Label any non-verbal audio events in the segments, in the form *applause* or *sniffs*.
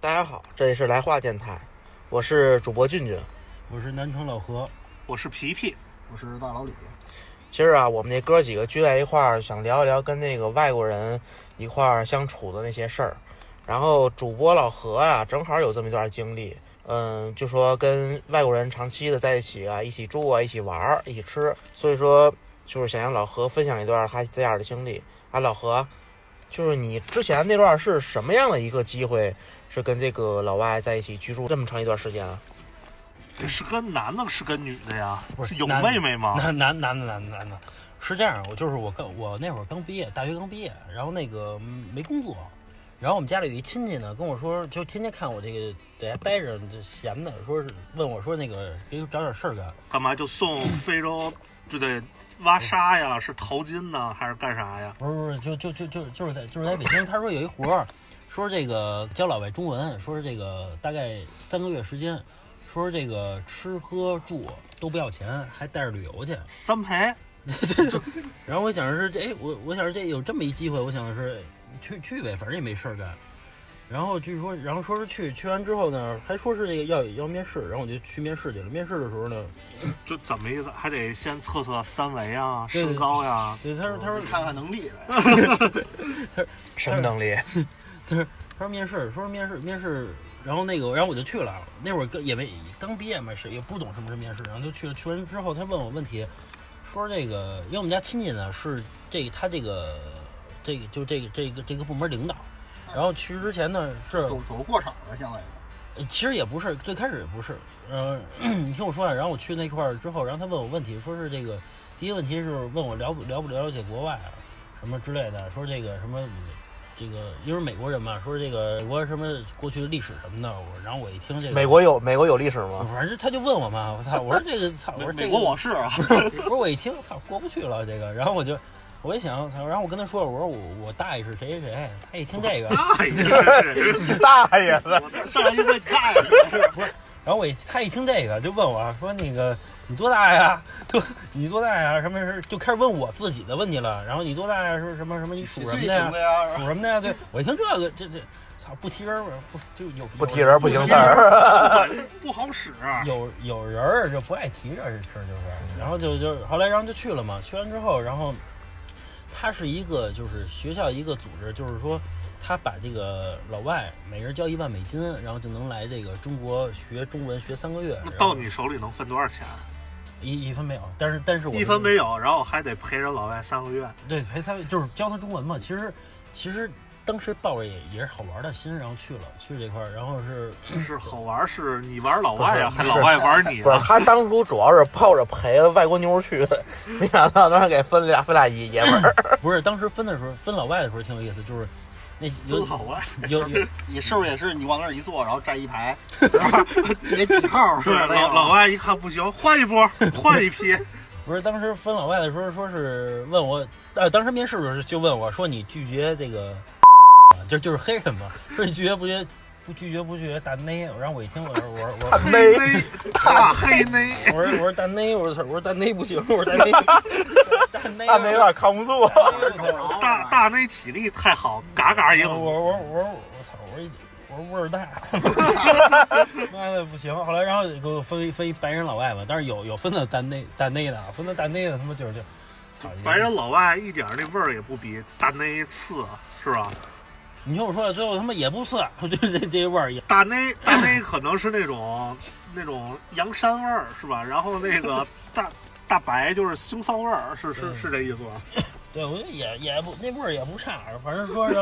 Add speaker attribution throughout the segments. Speaker 1: 大家好，这里是来话电台，我是主播俊俊。
Speaker 2: 我是南城老何，
Speaker 3: 我是皮皮，
Speaker 4: 我是大老李，
Speaker 1: 今儿啊，我们那哥几个聚在一块儿，想聊一聊跟那个外国人一块儿相处的那些事儿。然后主播老何啊，正好有这么一段经历，嗯，就说跟外国人长期的在一起啊，一起住啊，一起玩儿，一起吃，所以说就是想让老何分享一段他这样的经历啊。老何，就是你之前那段是什么样的一个机会，是跟这个老外在一起居住这么长一段时间啊？
Speaker 3: 是跟男的，是跟女的呀？
Speaker 2: 不是
Speaker 3: 有
Speaker 2: 男
Speaker 3: 妹妹吗？
Speaker 2: 男男男的男的男的，是这样，我就是我刚我那会儿刚毕业，大学刚毕业，然后那个嗯没工作，然后我们家里有一亲戚呢跟我说，就天天看我这个在家待着就闲的，说是问我说那个给我找点事儿干，
Speaker 3: 干嘛就送
Speaker 2: 嗯
Speaker 3: 非洲，就得挖沙呀？是淘金呢，还是干啥呀？
Speaker 2: 不是不是就就就就就是在就是在北京，他说有一活儿，说这个教老外中文，说是这个大概三个月时间，说是这个吃喝住都不要钱，还带着旅游去。
Speaker 3: 三陪
Speaker 2: 然后我想着是这，哎，我我想着这有这么一机会，我想着是哎去去呗，反正也没事儿干。然后据说，然后说是去，去完之后呢，还说是这个要要面试，然后我就去面试去了。面试的时候呢，
Speaker 3: 就怎么意思？还得先测测三围啊，
Speaker 2: 对对
Speaker 3: 身高呀。嗯
Speaker 2: 对他说他说
Speaker 4: 看看能力呗。
Speaker 1: 什么能力？
Speaker 2: 他说面试，说是面试面试，然后那个，然后我就去了。那会儿刚也没刚毕业嘛，是也不懂什么是面试，然后就去了。去完之后，他问我问题，说这个，因为我们家亲戚呢是这个他这个这个就这个这个这个部门领导，然后去之前呢是
Speaker 4: 走走过场了，相当于。
Speaker 2: 呃其实也不是，最开始也不是。呃， *clears throat* 你听我说啊，然后我去那块儿之后，然后他问我问题，说是这个第一个问题是问我了不了不了解国外啊，什么之类的，说这个什么这个因为美国人嘛，说这个美国什么过去的历史什么的，我然后我一听这个
Speaker 1: 美，国有美国有历史吗？ *laughs*
Speaker 2: 反正他就问我嘛，我操，我说这个操，我
Speaker 3: 美
Speaker 2: 说
Speaker 3: 美
Speaker 2: 这
Speaker 3: 国
Speaker 2: 个
Speaker 3: 往事 *laughs* 啊，
Speaker 2: 不是我一听，操，过不去了这个，然后我就我一想，操，然后我跟他说，我说我我大爷是谁谁谁，他一听这个，
Speaker 3: 大爷，
Speaker 2: *laughs*
Speaker 3: 这
Speaker 1: 你大爷的！
Speaker 3: 是上来就问大爷，这是
Speaker 2: 然后我一他一听这个就问我啊说那个你多大呀？ *laughs* 多你多大呀？什么事？就开始问我自己的问题了。然后你多大呀？说什么什么？你属
Speaker 4: 几
Speaker 2: 什么
Speaker 4: 岁
Speaker 2: 的
Speaker 4: 行
Speaker 2: 呀？
Speaker 4: 的
Speaker 3: *laughs*
Speaker 4: 呀？
Speaker 2: 属什么的呀？对我一听这个，这这操不提人儿不就有
Speaker 1: 不提人不行事儿。 *laughs*
Speaker 3: 哎不好使。啊 *laughs*
Speaker 2: 有有人儿就不爱提这事儿，就是，然后就就后来然后就去了嘛，去完之后，然后他是一个就是学校一个组织，就是说他把这个老外每人交一万美金，然后就能来这个中国学中文学三个月。
Speaker 3: 那
Speaker 2: 然
Speaker 3: 到
Speaker 2: 后
Speaker 3: 你手里能分多少钱？啊
Speaker 2: 一一分没有，但是但是我
Speaker 3: 一分没有，然后还得陪人老外三个月。
Speaker 2: 对陪三就是教他中文嘛。其实其实当时抱着也也是好玩的心，然后去了去这块儿，然后是
Speaker 3: 是好玩，是你玩老外呀，
Speaker 1: 不
Speaker 3: 还
Speaker 1: 是
Speaker 3: 老外玩你啊
Speaker 1: 不是
Speaker 3: 呢？
Speaker 1: 他当初主要是抱着陪外国妞儿去的，没想到当时给分俩分俩爷爷们
Speaker 2: *laughs*
Speaker 1: 儿。
Speaker 2: 不是当时分的时候分老外的时候挺有意思，就是那
Speaker 3: 真
Speaker 2: 有
Speaker 3: 好玩。
Speaker 2: 有有
Speaker 4: 你是不是也是你往那儿一坐，然后站一排，然后那几号似
Speaker 3: 对，
Speaker 4: 的那
Speaker 3: 老老
Speaker 4: 种？
Speaker 3: 外一看不行，换一
Speaker 1: *laughs*
Speaker 3: 波，换一批。
Speaker 2: 不是当时分老外的时候，说是问我，呃，当时面试的时候就问我说你拒绝这个，就就是黑人嘛，说你拒绝不拒绝不拒绝不拒绝大内，然后我一听我说我说我说
Speaker 1: 大 *laughs* 内
Speaker 3: 黑内大黑内，
Speaker 2: 我说我说大内，我说我说大内不行，我说大内
Speaker 3: *laughs*
Speaker 2: 大内
Speaker 1: 他那有点扛不
Speaker 2: *laughs*
Speaker 1: 住，
Speaker 3: 大大内体力太好，嘎嘎
Speaker 2: 我
Speaker 3: 硬。
Speaker 2: 我我我我操！我一我说味儿大， *laughs* 妈的不行。后来然后给我分一分一白人老外嘛，但是有有分的大内大内的，啊分的大内的他妈就是就，操你
Speaker 3: 白人老外一点那味儿也不比大内次，啊是吧？
Speaker 2: 你听我说，最后他妈也不色，就 *laughs* 这这味儿也
Speaker 3: 大内大内可能是那种 *sniffs* 那种洋山味儿，是吧？然后那个大大白就是腥臊味儿，是
Speaker 1: 嗯
Speaker 3: 是是这意思吧？
Speaker 2: 对，我觉得也也不那味儿也不差，反正说是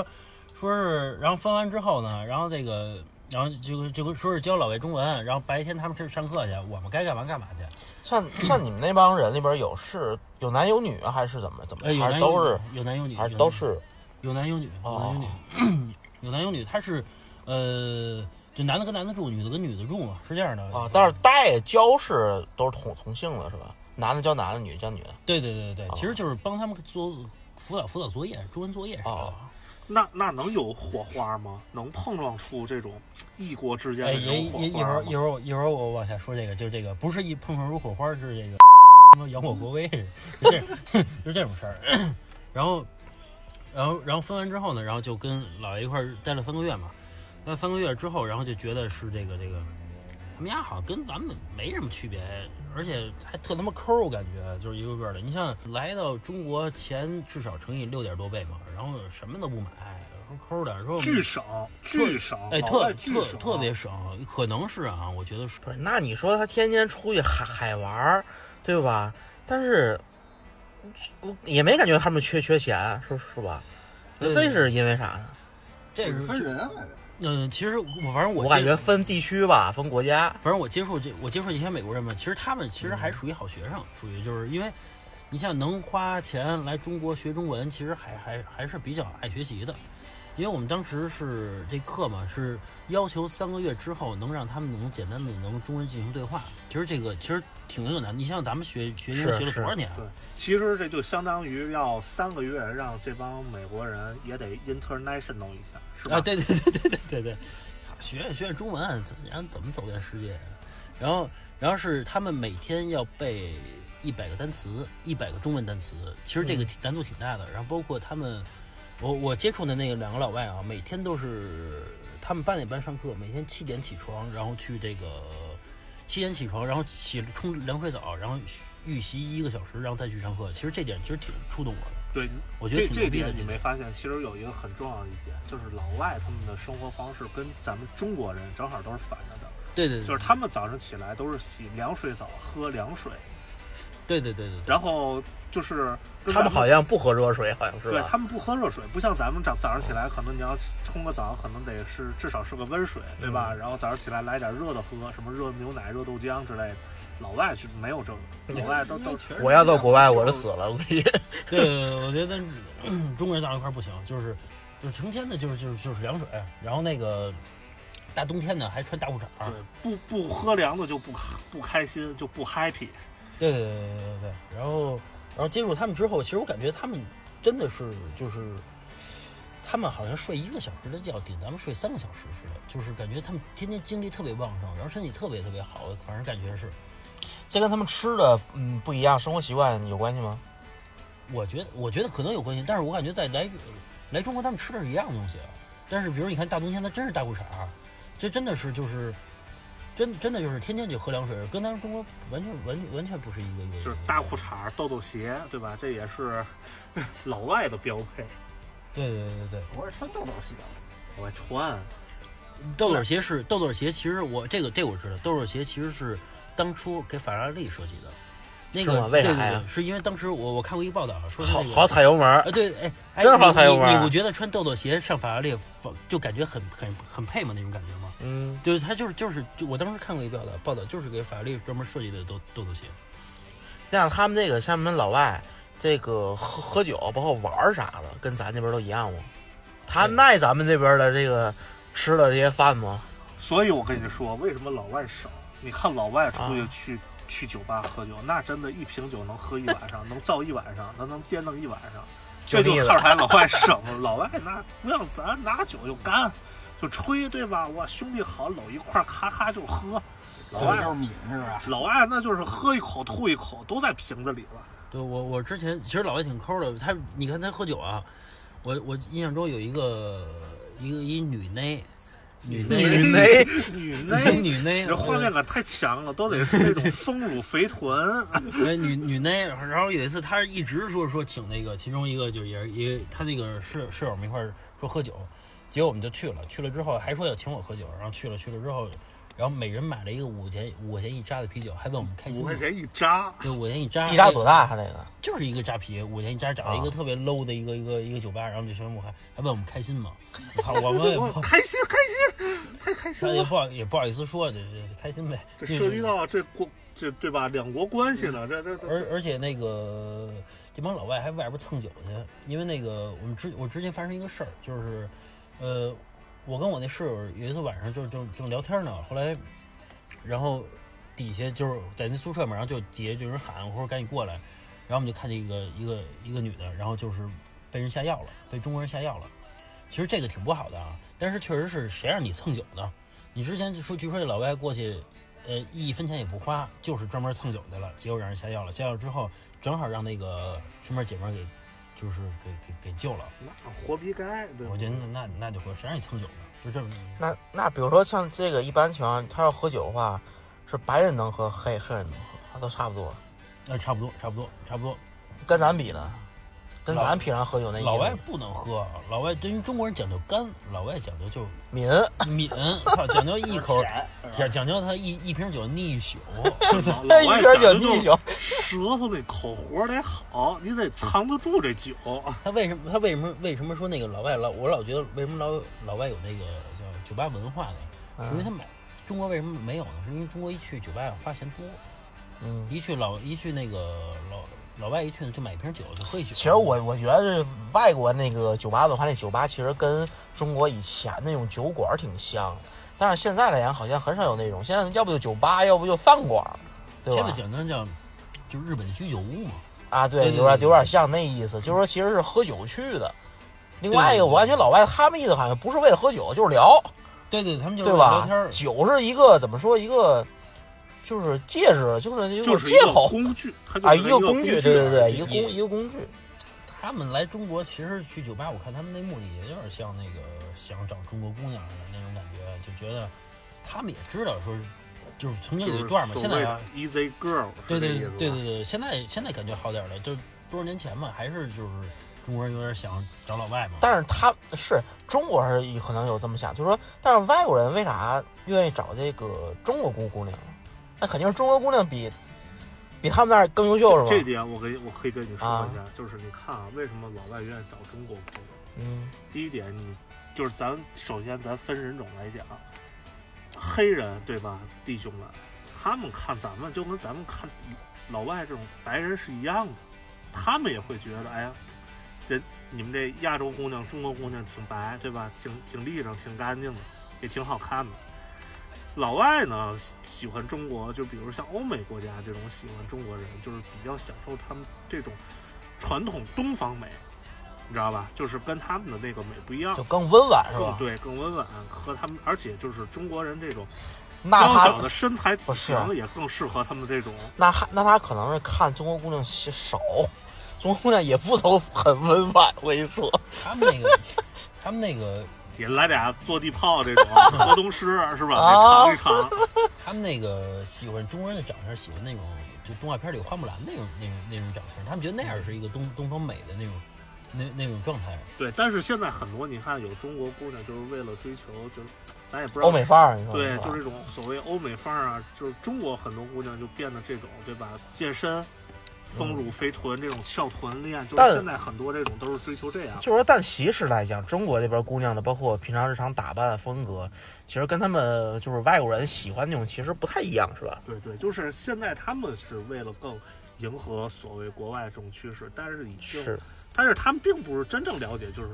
Speaker 2: 说是，然后分完之后呢，然后这个然后就就就说是教老外中文，然后白天他们去上课去，我们该干嘛干嘛去。
Speaker 1: 像像你们那帮人里边有是有男有女啊，还是怎么怎么
Speaker 2: 哎，，有
Speaker 1: 还是
Speaker 2: 男有
Speaker 1: 都
Speaker 2: 女
Speaker 1: 是
Speaker 2: 有男有女，
Speaker 1: 还是
Speaker 2: 有
Speaker 1: 都
Speaker 2: 男
Speaker 1: 是
Speaker 2: 有男有女，有男有
Speaker 1: 哦
Speaker 2: 女， *clears throat* 有男有女，他是呃，就男的跟男的住，女的跟女的住嘛，是这样的
Speaker 1: 啊？但是带教是都是同同性的是吧？男的教男的，女的教女的。
Speaker 2: 对对对对
Speaker 1: 哦
Speaker 2: 对，其实就是帮他们做辅导辅导作业，中文作业啥的
Speaker 1: 哦。
Speaker 3: 那那能有火花吗？能碰撞出这种异国之间
Speaker 2: 哎，
Speaker 3: 的这
Speaker 2: 也
Speaker 3: 种火
Speaker 2: 也一会
Speaker 3: 花
Speaker 2: 儿
Speaker 3: 吗
Speaker 2: 一？会儿我一会儿我往下说这个，就是这个不是一碰撞出火花，是这个什么扬我国威，就这就这种事儿。然后，然后然后分完之后呢，然后就跟姥爷一块儿待了三个月嘛。但三个月之后，然后就觉得是这个这个，他们家好像跟咱们没什么区别，而且还特他妈抠，感觉就是一个个的。你像来到中国前至少乘以六点多倍嘛，然后什么都不买，抠抠的，说我们
Speaker 3: 巨省，巨省，
Speaker 2: 哎
Speaker 3: 老
Speaker 2: 特
Speaker 3: 外巨啊
Speaker 2: 特
Speaker 3: 省，
Speaker 2: 特别省，可能是啊，我觉得是。
Speaker 1: 不是，那你说他天天出去海海玩儿，对吧？但是我也没感觉他们缺缺钱，是是吧？
Speaker 2: 对
Speaker 1: 这是因为啥呢？
Speaker 2: 这是
Speaker 4: 分人啊，
Speaker 2: 嗯、其实我反正我
Speaker 1: 我感
Speaker 2: 接
Speaker 1: 觉分地区吧，分国家。
Speaker 2: 反正我接触这我接触这些美国人嘛，其实他们其实还属于好学生，属于就是因为，你像能花钱来中国学中文，其实还还还是比较爱学习的，因为我们当时是这课嘛，是要求三个月之后能让他们能简单的能中文进行对话，其实这个其实挺有难，你像咱们学学英文
Speaker 1: 是
Speaker 2: 学了
Speaker 1: 是
Speaker 2: 多少年啊？
Speaker 3: 对，其实这就相当于要三个月，让这帮美国人也得 international 一下，是吧？
Speaker 2: 啊，对对对对对对 *laughs* 对，操，学学学中文，怎然后怎么走遍世界呀、然后，然后是他们每天要背一百个单词，一百个中文单词，其实这
Speaker 3: 嗯
Speaker 2: 个挺难度挺大的。然后包括他们，我我接触的那个两个老外啊，每天都是他们八点半上课，每天七点起床，然后去这个七点起床，然后洗冲凉水澡，然后预习一个小时，然后再去上课。其实这点其实挺触动我的，
Speaker 3: 对，
Speaker 2: 我觉得
Speaker 3: 这
Speaker 2: 挺
Speaker 3: 这
Speaker 2: 牛逼的
Speaker 3: 点你没发现，其实有一个很重要的一点，就是老外他们的生活方式跟咱们中国人正好都是反着的，
Speaker 2: 对对对，
Speaker 3: 就是他们早上起来都是洗凉水澡，喝凉水，
Speaker 2: 对对对对对，
Speaker 3: 然后就是跟
Speaker 1: 他们
Speaker 3: 咱
Speaker 1: 好像不喝热水，好像是
Speaker 3: 对
Speaker 1: 吧？
Speaker 3: 他们不喝热水，不像咱们早早上起来，可能你要冲个澡，可能得是至少是个温水，对
Speaker 1: 嗯
Speaker 3: 吧？然后早上起来来点热的喝，什么热牛奶、热豆浆之类的。老外是没有这个，老外都都
Speaker 1: 我要到国外我就死了，我跟 *laughs* 你
Speaker 2: 对，我觉得 *clears throat* 嗯中国人到一块儿不行，就是就是成天的，就是就是就是凉水，然后那个大冬天的还穿大裤衩儿
Speaker 3: 对，不不喝凉的就不不开心，就不 happy。
Speaker 2: 对对对对对对，然后然后接触他们之后，其实我感觉他们真的是就是。他们好像睡一个小时的觉，顶咱们睡三个小时似的，就是感觉他们天天精力特别旺盛，然后身体特别特别好，反正感觉是，
Speaker 1: 这跟他们吃的嗯不一样，生活习惯有关系吗？
Speaker 2: 我觉得我觉得可能有关系，但是我感觉在来来中国他们吃的是一样的东西，啊但是比如你看大冬天，他真是大裤衩儿，这真的是就是 *laughs* 真真的就是天天就喝凉水，跟咱们中国完全完完全不是一个一个一个
Speaker 3: 就是大裤衩、豆豆鞋，对吧？这也是 *laughs* 老外的标配。
Speaker 2: 对对对对，
Speaker 4: 我是穿豆豆鞋，
Speaker 3: 我穿，
Speaker 2: 豆豆鞋是豆豆鞋，其实我这个这个我知道，豆豆鞋其实是当初给法拉利设计的，那
Speaker 1: 是
Speaker 2: 个
Speaker 1: 吗为啥
Speaker 2: 对对对
Speaker 1: 呀
Speaker 2: 是因为当时我我看过一个报道啊说是
Speaker 1: 好
Speaker 2: 那个
Speaker 1: 好踩油门儿
Speaker 2: 啊，，对，哎，哎
Speaker 1: 真好
Speaker 2: 你
Speaker 1: 还有
Speaker 2: 你
Speaker 1: 味儿
Speaker 2: 你不觉得穿豆豆鞋上法拉利，反就感觉很很很配吗？那种感觉吗？
Speaker 1: 嗯，
Speaker 2: 对，他就是就是，就我当时看过一报道，报道就是给法拉利专门设计的豆豆豆鞋。
Speaker 1: 像他们这个像我们老外，这个喝喝酒包括玩儿啥的，跟咱这边都一样吗？他
Speaker 2: 对
Speaker 1: 耐咱们这边的这个吃的这些饭吗？
Speaker 3: 所以我跟你说，为什么老外少？你看老外出去
Speaker 1: 啊
Speaker 3: 去、去酒吧喝酒，那真的一瓶酒能喝一晚上，能造一晚上，能能颠弄一晚上。这就
Speaker 1: 腻
Speaker 3: 靠
Speaker 1: 了，
Speaker 3: 台老外省，
Speaker 1: *laughs*
Speaker 3: 老外那不像咱拿酒就干，就吹对吧？哇，兄弟好，搂一块儿咔咔就喝。老
Speaker 4: 我
Speaker 3: 外
Speaker 4: 就是抿是吧？
Speaker 3: 老外那就是喝一口吐一口，都在瓶子里了。
Speaker 2: 对我我之前其实老外挺抠的，他你看他喝酒啊，我我印象中有一个一个一女内，女内
Speaker 3: *laughs*
Speaker 1: 女内
Speaker 3: 女
Speaker 1: *laughs*
Speaker 3: 内，
Speaker 2: 女内，
Speaker 3: 你这画面感太强了，都得是那种丰乳肥臀。
Speaker 2: 哎，女女内，然后有一次，她一直说说请那个其中一个就是也是也她那个室室友们一块儿说喝酒，结果我们就去了，去了之后还说要请我喝酒，然后去了去了之后，然后每人买了一个五块钱五块钱一扎的啤酒，还问我们开心
Speaker 3: 五
Speaker 2: 吗
Speaker 3: 块？钱一扎，
Speaker 2: 对，五块钱一扎，哎
Speaker 1: 一扎多大？他那个
Speaker 2: 就是一个扎啤，五块钱一扎，找了一个特别 low 的一个一个一个酒吧，然后就宣布还还问我们开心吗？ *laughs* 操，我们也
Speaker 3: 我
Speaker 2: 不，
Speaker 3: 开心开心，太开心
Speaker 2: 他 *laughs* 也
Speaker 3: 了。
Speaker 2: 不好也不好意思说，就是开心呗。
Speaker 3: 这
Speaker 2: 就是
Speaker 3: 涉及到这国这对吧？两国关系呢，这这
Speaker 2: 而
Speaker 3: 这
Speaker 2: 而且那个这帮老外还外边蹭酒去，因为那个我们之我之前发生一个事儿，就是，呃，我跟我那室友有一次晚上就就正聊天呢，后来，然后底下就是在那宿舍嘛，然后就底下就有人喊，我说赶紧过来，然后我们就看见一个一个一个女的，然后就是被人下药了，被中国人下药了。其实这个挺不好的啊，但是确实是谁让你蹭酒呢？你之前就说，据说这老外过去，呃，一分钱也不花，就是专门蹭酒去了，结果让人下药了。下药之后，正好让那个身边姐们儿给就是给给给救了。
Speaker 3: 那活逼该，对吧
Speaker 2: 我？觉得那那那就会谁让你抢酒呢？就这么
Speaker 1: 那那比如说像这个一般情况，他要喝酒的话，是白人能喝，黑黑人能喝，他都差不多。
Speaker 2: 那差不多差不多差不多。
Speaker 1: 跟咱比呢，跟
Speaker 2: 老
Speaker 1: 咱平常喝酒
Speaker 3: 哎
Speaker 1: 那意
Speaker 2: 老外
Speaker 1: 思
Speaker 2: 不能喝，啊老外对于中国人讲究干，老外讲究就
Speaker 1: 抿，
Speaker 2: 抿， *laughs* 操，讲究一口，
Speaker 3: 啊
Speaker 4: 舔
Speaker 2: 讲讲究他一一瓶酒腻
Speaker 3: *laughs*
Speaker 2: 一宿，
Speaker 3: 老
Speaker 1: 那
Speaker 3: 外
Speaker 1: 一瓶酒
Speaker 3: 讲究
Speaker 1: 腻
Speaker 3: 就
Speaker 1: 酒，
Speaker 3: *laughs* 舌头那口活得好，你得藏得住这酒。
Speaker 2: 他为什么他为什么为什么说那个老外老我老觉得为什么老老外有那个叫酒吧文化呢？是因
Speaker 1: 嗯
Speaker 2: 为他买中国为什么没有呢？是因为中国一去酒吧花钱多，
Speaker 1: 嗯。
Speaker 2: 一去老一去那个老老外一去呢就买一瓶酒就喝一宿。
Speaker 1: 其实我我觉得是外国那个酒吧文化，那酒吧其实跟中国以前那种酒馆挺像，但是现在来讲好像很少有那种，现在要不就酒吧，要不就饭馆，对
Speaker 2: 现
Speaker 1: 吧
Speaker 2: 在？讲究叫就日本的居酒屋嘛，
Speaker 1: 啊，对，
Speaker 2: 对
Speaker 1: 有点
Speaker 2: 对
Speaker 1: 有点像那意思，就是说其实是喝酒去的。另外一
Speaker 2: 对对
Speaker 1: 个，
Speaker 2: 对
Speaker 1: 我感觉老外他们意思好像不是为了喝酒，就是聊，
Speaker 2: 对对，他们就是
Speaker 1: 对
Speaker 2: 聊
Speaker 1: 吧
Speaker 2: 天儿？。
Speaker 1: 酒是一个怎么说一个，就是介质，就是一
Speaker 3: 就
Speaker 1: 个
Speaker 3: 是一
Speaker 1: 借
Speaker 3: 个
Speaker 1: 口
Speaker 3: 工具，它就
Speaker 1: 啊，
Speaker 3: 是
Speaker 1: 一
Speaker 3: 一
Speaker 1: 个
Speaker 3: 个
Speaker 1: 工具，
Speaker 3: 具，
Speaker 1: 对对对，一
Speaker 2: 也
Speaker 1: 个工一个工具。
Speaker 2: 他们来中国其实去酒吧，我看他们那目的也有点像那个想找中国姑娘似的那种感觉，就觉得他们也知道说，就是曾经
Speaker 3: 就
Speaker 2: 有
Speaker 3: 是
Speaker 2: 一段嘛，
Speaker 3: 所
Speaker 2: 现
Speaker 3: 谓
Speaker 2: 在啊
Speaker 3: 的 easy girl，
Speaker 2: 对
Speaker 3: 是这
Speaker 2: 对
Speaker 3: 意
Speaker 2: 对
Speaker 3: 思吧
Speaker 2: 对对对，现在现在感觉好点儿了，就多少年前嘛，还是就是中国人有点想找老外嘛。
Speaker 1: 但是他是中国人可能有这么想，就是说，但是外国人为啥愿意找这个中国姑姑娘？那肯定是中国姑娘比比他们那儿更优秀
Speaker 3: 这
Speaker 1: 是
Speaker 3: 这
Speaker 1: 吧？
Speaker 3: 点我跟我可以跟你说一下，就是你看啊，为什么老外愿意找中国朋友？
Speaker 1: 嗯
Speaker 3: 第一点，你就是咱首先咱分人种来讲，黑人对吧，弟兄们，他们看咱们就跟咱们看老外这种白人是一样的，他们也会觉得，哎呀，这你们这亚洲姑娘、中国姑娘挺白对吧？挺挺立正、挺干净的，也挺好看的。老外呢喜喜欢中国，就比如像欧美国家这种喜欢中国人，就是比较享受他们这种传统东方美，你知道吧？就是跟他们的那个美不一样
Speaker 1: 就，更温婉是
Speaker 3: 更
Speaker 1: 吧？
Speaker 3: 对更温婉，和他们，而且就是中国人这种
Speaker 1: 那
Speaker 3: 娇
Speaker 1: 他
Speaker 3: 小的身材体
Speaker 1: 不是
Speaker 3: 型也更适合他们这种。
Speaker 1: 那他那他可能是看中国姑娘少，中国姑娘也不都很温婉，我跟你说，
Speaker 2: 他们那个，他们那个，
Speaker 3: 也来俩坐地炮这种河东狮是吧？
Speaker 1: 啊
Speaker 3: 得尝一尝。
Speaker 2: 他们那个喜欢中国人的长相，喜欢那种就动画片里有花木兰那种那种那种长相，他们觉得那样是一个东东方美的那种那那种状态。啊
Speaker 3: 对，但是现在很多你看有中国姑娘就是为了追求，就是咱也不知道
Speaker 1: 欧美范儿，你说
Speaker 3: 对
Speaker 1: 是，吧
Speaker 3: 就是这种所谓欧美范儿啊，就是中国很多姑娘就变得这种，对吧？健身、丰乳肥臀这种翘臀练，就
Speaker 1: 嗯但
Speaker 3: 是现在很多这种都是追求这样。
Speaker 1: 就是说，但其实来讲，中国这边姑娘的，包括平常日常打扮风格，其实跟他们就是外国人喜欢那种其实不太一样，是吧？
Speaker 3: 对对，就是现在他们是为了更迎合所谓国外这种趋势，但是已经，
Speaker 1: 是，
Speaker 3: 但是他们并不是真正了解，就是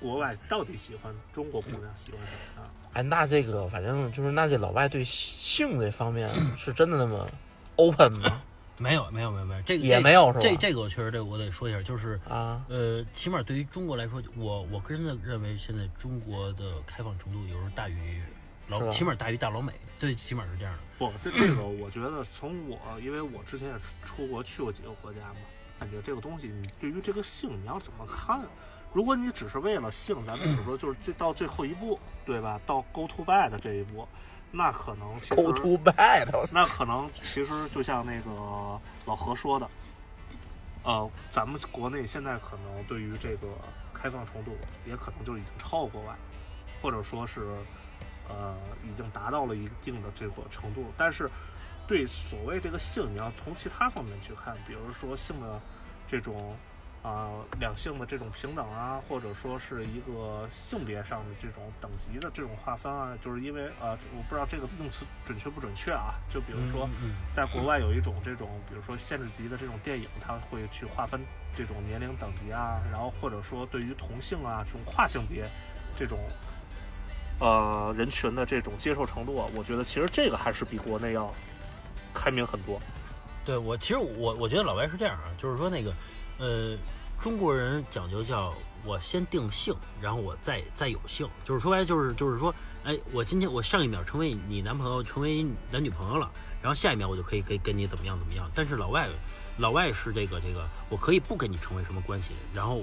Speaker 3: 国外到底喜欢中国姑娘喜欢什么啊样。
Speaker 1: 哎，那这个反正就是那这老外对性这方 *clears throat* 面是真的那么 open 吗？
Speaker 2: 没有没有没有没有，这个
Speaker 1: 也
Speaker 2: 这
Speaker 1: 没有是吧
Speaker 2: 这这个我确实这个我得说一下，就是
Speaker 1: *clears throat* 啊，
Speaker 2: 呃，起码对于中国来说，我我个人的认为，现在中国的开放程度有时候大于
Speaker 1: 是
Speaker 2: 老，
Speaker 1: 吧
Speaker 2: 起码大于大老美，对，起码是这样的。
Speaker 3: 不，这这个我觉得从我，因为我之前也出出国去过几个国家嘛，感觉这个东西，你对于这个性你要怎么看？如果你只是为了性，咱们只说就是最到最后一步，对吧？到 go to bed 这一步，那可能其实
Speaker 1: go to bed，我操
Speaker 3: 那可能其实就像那个老何说的，呃，咱们国内现在可能对于这个开放程度，也可能就已经超过外，或者说是呃已经达到了一定的这个程度。但是对所谓这个性，你要从其他方面去看，比如说性的这种。啊、两性的这种平等啊，或者说是一个性别上的这种等级的这种划分啊，就是因为呃，我不知道这个用词准确不准确啊。就比如说，
Speaker 2: 嗯嗯
Speaker 3: 在国外有一种这种，比如说限制级的这种电影，它会去划分这种年龄等级啊，然后或者说对于同性啊这种跨性别这种呃人群的这种接受程度啊，我觉得其实这个还是比国内要开明很多。
Speaker 2: 对我其实我我觉得老外是这样啊，就是说那个，呃，中国人讲究叫我先定性，然后我再再有性，就是说白了就是就是说，哎，我今天我上一秒成为你男朋友，成为男女朋友了，然后下一秒我就可以跟跟你怎么样怎么样。但是老外老外是这个这个，我可以不跟你成为什么关系，然后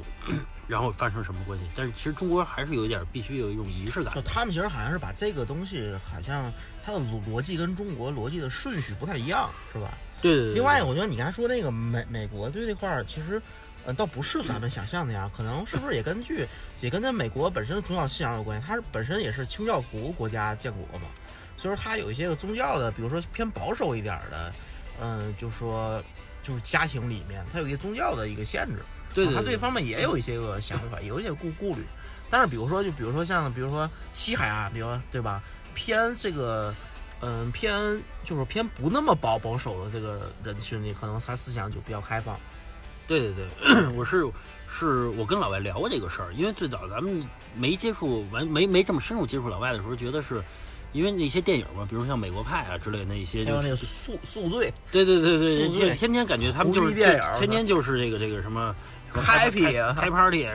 Speaker 2: 然后发生什么关系，但是其实中国还是有一点必须有一种仪式感
Speaker 1: 就。他们其实好像是把这个东西，好像它的逻逻辑跟中国逻辑的顺序不太一样，是吧？
Speaker 2: 对对对。
Speaker 1: 另外，我觉得你刚才说那个美美国对这块儿，其实，呃，倒不是咱们想象那样，可能是不是也根据也跟咱美国本身的宗教信仰有关系？它是本身也是清教徒国家建国嘛，所以说它有一些个宗教的，比如说偏保守一点儿的，嗯、就说就是家庭里面它有一些宗教的一个限制。
Speaker 2: 对对
Speaker 1: 他
Speaker 2: 对
Speaker 1: 对这方面也有一些个想法，有一些顾顾虑。但是比如说，就比如说像，比如说西海岸，比如说对吧，偏这个，嗯，偏就是偏不那么保保守的这个人群里，可能他思想就比较开放。
Speaker 2: 对对对， *clears throat* 我是是我跟老外聊过这个事儿，因为最早咱们没接触完，没没这么深入接触老外的时候，觉得是因为那些电影嘛，比如像《美国派》啊之类的那一些，
Speaker 1: 还
Speaker 2: 就
Speaker 1: 有那
Speaker 2: 是
Speaker 1: 个宿宿醉
Speaker 2: 对对对对，
Speaker 1: 宿
Speaker 2: 就
Speaker 1: 醉
Speaker 2: 天天感觉他们
Speaker 1: 狐
Speaker 2: 就
Speaker 1: 狸
Speaker 2: 是
Speaker 1: 电
Speaker 2: 就
Speaker 1: 影儿
Speaker 2: 天天就是这个这个什么什么开
Speaker 1: ，happy
Speaker 2: 开
Speaker 1: 啊
Speaker 2: 开 party、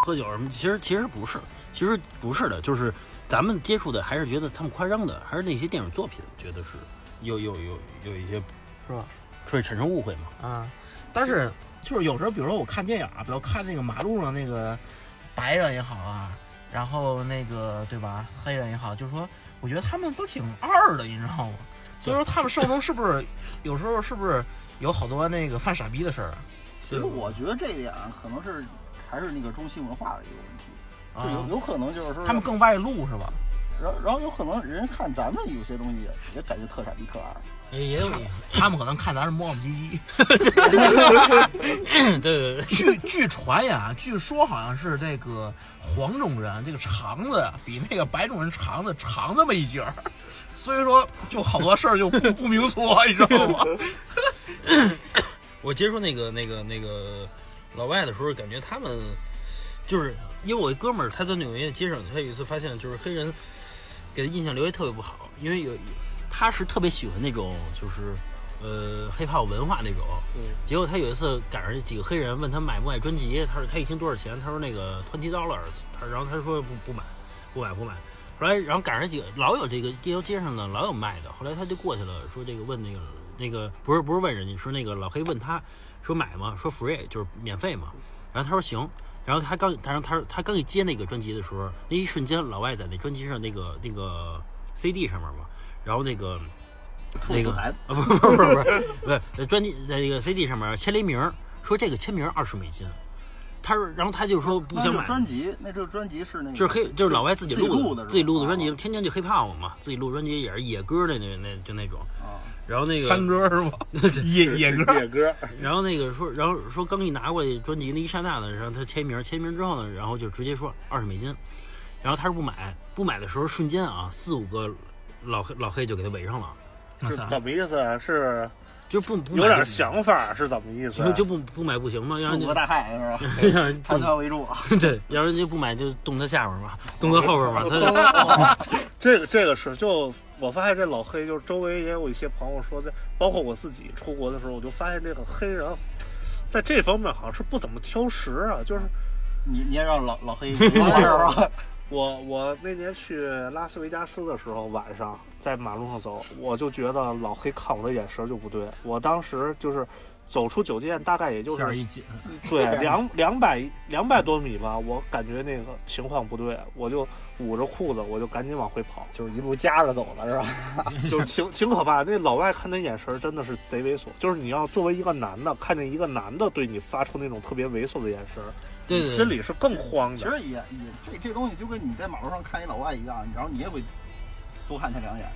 Speaker 2: 喝酒什么，其实其实不是，其实不是的，就是咱们接触的还是觉得他们夸张的，还是那些电影作品，觉得是有有有有一些
Speaker 1: 是吧？
Speaker 2: 会产生误会嘛。
Speaker 1: 啊。但是就是有时候，比如说我看电影啊，比如看那个马路上那个白人也好啊，然后那个对吧，黑人也好，就是说，我觉得他们都挺二的，你知道吗？所以说他们生活中是不是有时候是不是有好多那个犯傻逼的事儿啊？
Speaker 4: 其实我觉得这一点儿可能是还是那个中西文化的一个问题，
Speaker 1: 啊
Speaker 4: 就有有可能就是说
Speaker 1: 他们更外露是吧？
Speaker 4: 然后然后有可能人家看咱们有些东西也感觉特傻逼特二，
Speaker 2: 也也有，
Speaker 1: 他们可能看咱是磨磨唧唧。
Speaker 2: *clears throat* 对对对，
Speaker 1: 据据传言啊，据说好像是这个黄种人这个肠子啊比那个白种人肠子长那么一截儿，所以说就好多事儿就不不明说，你知道吗？
Speaker 2: 我接触那个那个那个老外的时候，感觉他们就是因为我一哥们儿他在纽约街上，他有一次发现就是黑人给他印象留下特别不好，因为有他是特别喜欢那种就是呃黑怕文化那种，结果他有一次赶上几个黑人问他买不买专辑，他说他一听多少钱，他说那个 twenty dollars，他然后他说不不买，不买不买。后来，然后赶上几个老有这个街头街上呢，老有卖的。后来他就过去了，说这个问那个那个不是不是问人家，说那个老黑问他说买吗？说 free 就是免费嘛。然后他说行。然后他刚，然后他他刚一接那个专辑的时候，那一瞬间老外在那专辑上那个那个 CD 上面嘛，然后那个那个
Speaker 4: 男
Speaker 2: 啊不不不不不不是在专辑在那个 CD 上面签了一名儿，说这个签名二十美金。他说，然后他就说不
Speaker 4: 那
Speaker 2: 想
Speaker 4: 这
Speaker 2: 买
Speaker 4: 个。专辑，那这个专辑是那个
Speaker 2: 就是黑，就是老外自己
Speaker 4: 自己
Speaker 2: 录
Speaker 4: 录的是吧啊
Speaker 2: 自己录的专辑，天天就黑怕我嘛，自己录专辑也是野歌的那那就那种。
Speaker 4: 啊，
Speaker 2: 然后那个，
Speaker 1: 山歌是吧？野野
Speaker 3: 啊
Speaker 1: 歌，
Speaker 4: 野歌，
Speaker 2: 然后那个说，然后说刚一拿过去专辑那一刹那呢，然后他签名，签名之后呢，然后就直接说二十美金，然后他是不买，不买的时候瞬间啊，四五个老黑老黑就给他围上了，
Speaker 1: 我
Speaker 3: 是
Speaker 1: 操
Speaker 3: 怎么意思啊？是
Speaker 2: 就不不买
Speaker 3: 有点
Speaker 2: 就
Speaker 3: 想法是怎么意思啊？
Speaker 2: 就就不不买不行嘛，让
Speaker 4: 四
Speaker 2: 人家
Speaker 4: 五
Speaker 2: *laughs*
Speaker 4: 个大汉是吧？
Speaker 2: 让人
Speaker 4: *laughs*
Speaker 2: 动
Speaker 4: 团团围住，啊
Speaker 2: *laughs* 对，要人家不买就动他下边嘛，动他后边嘛，他就
Speaker 3: *laughs* 这个这个是，就我发现这老黑，就是周围也有一些朋友说在，包括我自己出国的时候，我就发现这个黑人在这方面好像是不怎么挑食啊。就是
Speaker 4: 你你也让老
Speaker 2: *laughs*
Speaker 4: 老黑围过是吧？
Speaker 3: 我我那年去拉斯维加斯的时候，晚上在马路上走，我就觉得老黑看我的眼神就不对。我当时就是走出酒店，大概也就
Speaker 2: 下边
Speaker 3: 是
Speaker 2: 一紧，
Speaker 3: 对两两百两百多米吧，我感觉那个情况不对，我就捂着裤子，我就赶紧往回跑。
Speaker 4: 就是一路夹着走的是吧？
Speaker 2: 啊
Speaker 3: *laughs* 就是挺挺可怕。那老外看那眼神儿真的是贼猥琐，就是你要作为一个男的，看见一个男的对你发出那种特别猥琐的眼神儿，
Speaker 2: 对
Speaker 3: 你
Speaker 2: 对
Speaker 3: 心里是更慌
Speaker 4: 其
Speaker 3: 的。
Speaker 4: 实也也这这东西就跟你在马路上看一老外一样，然后你也会多看他两眼。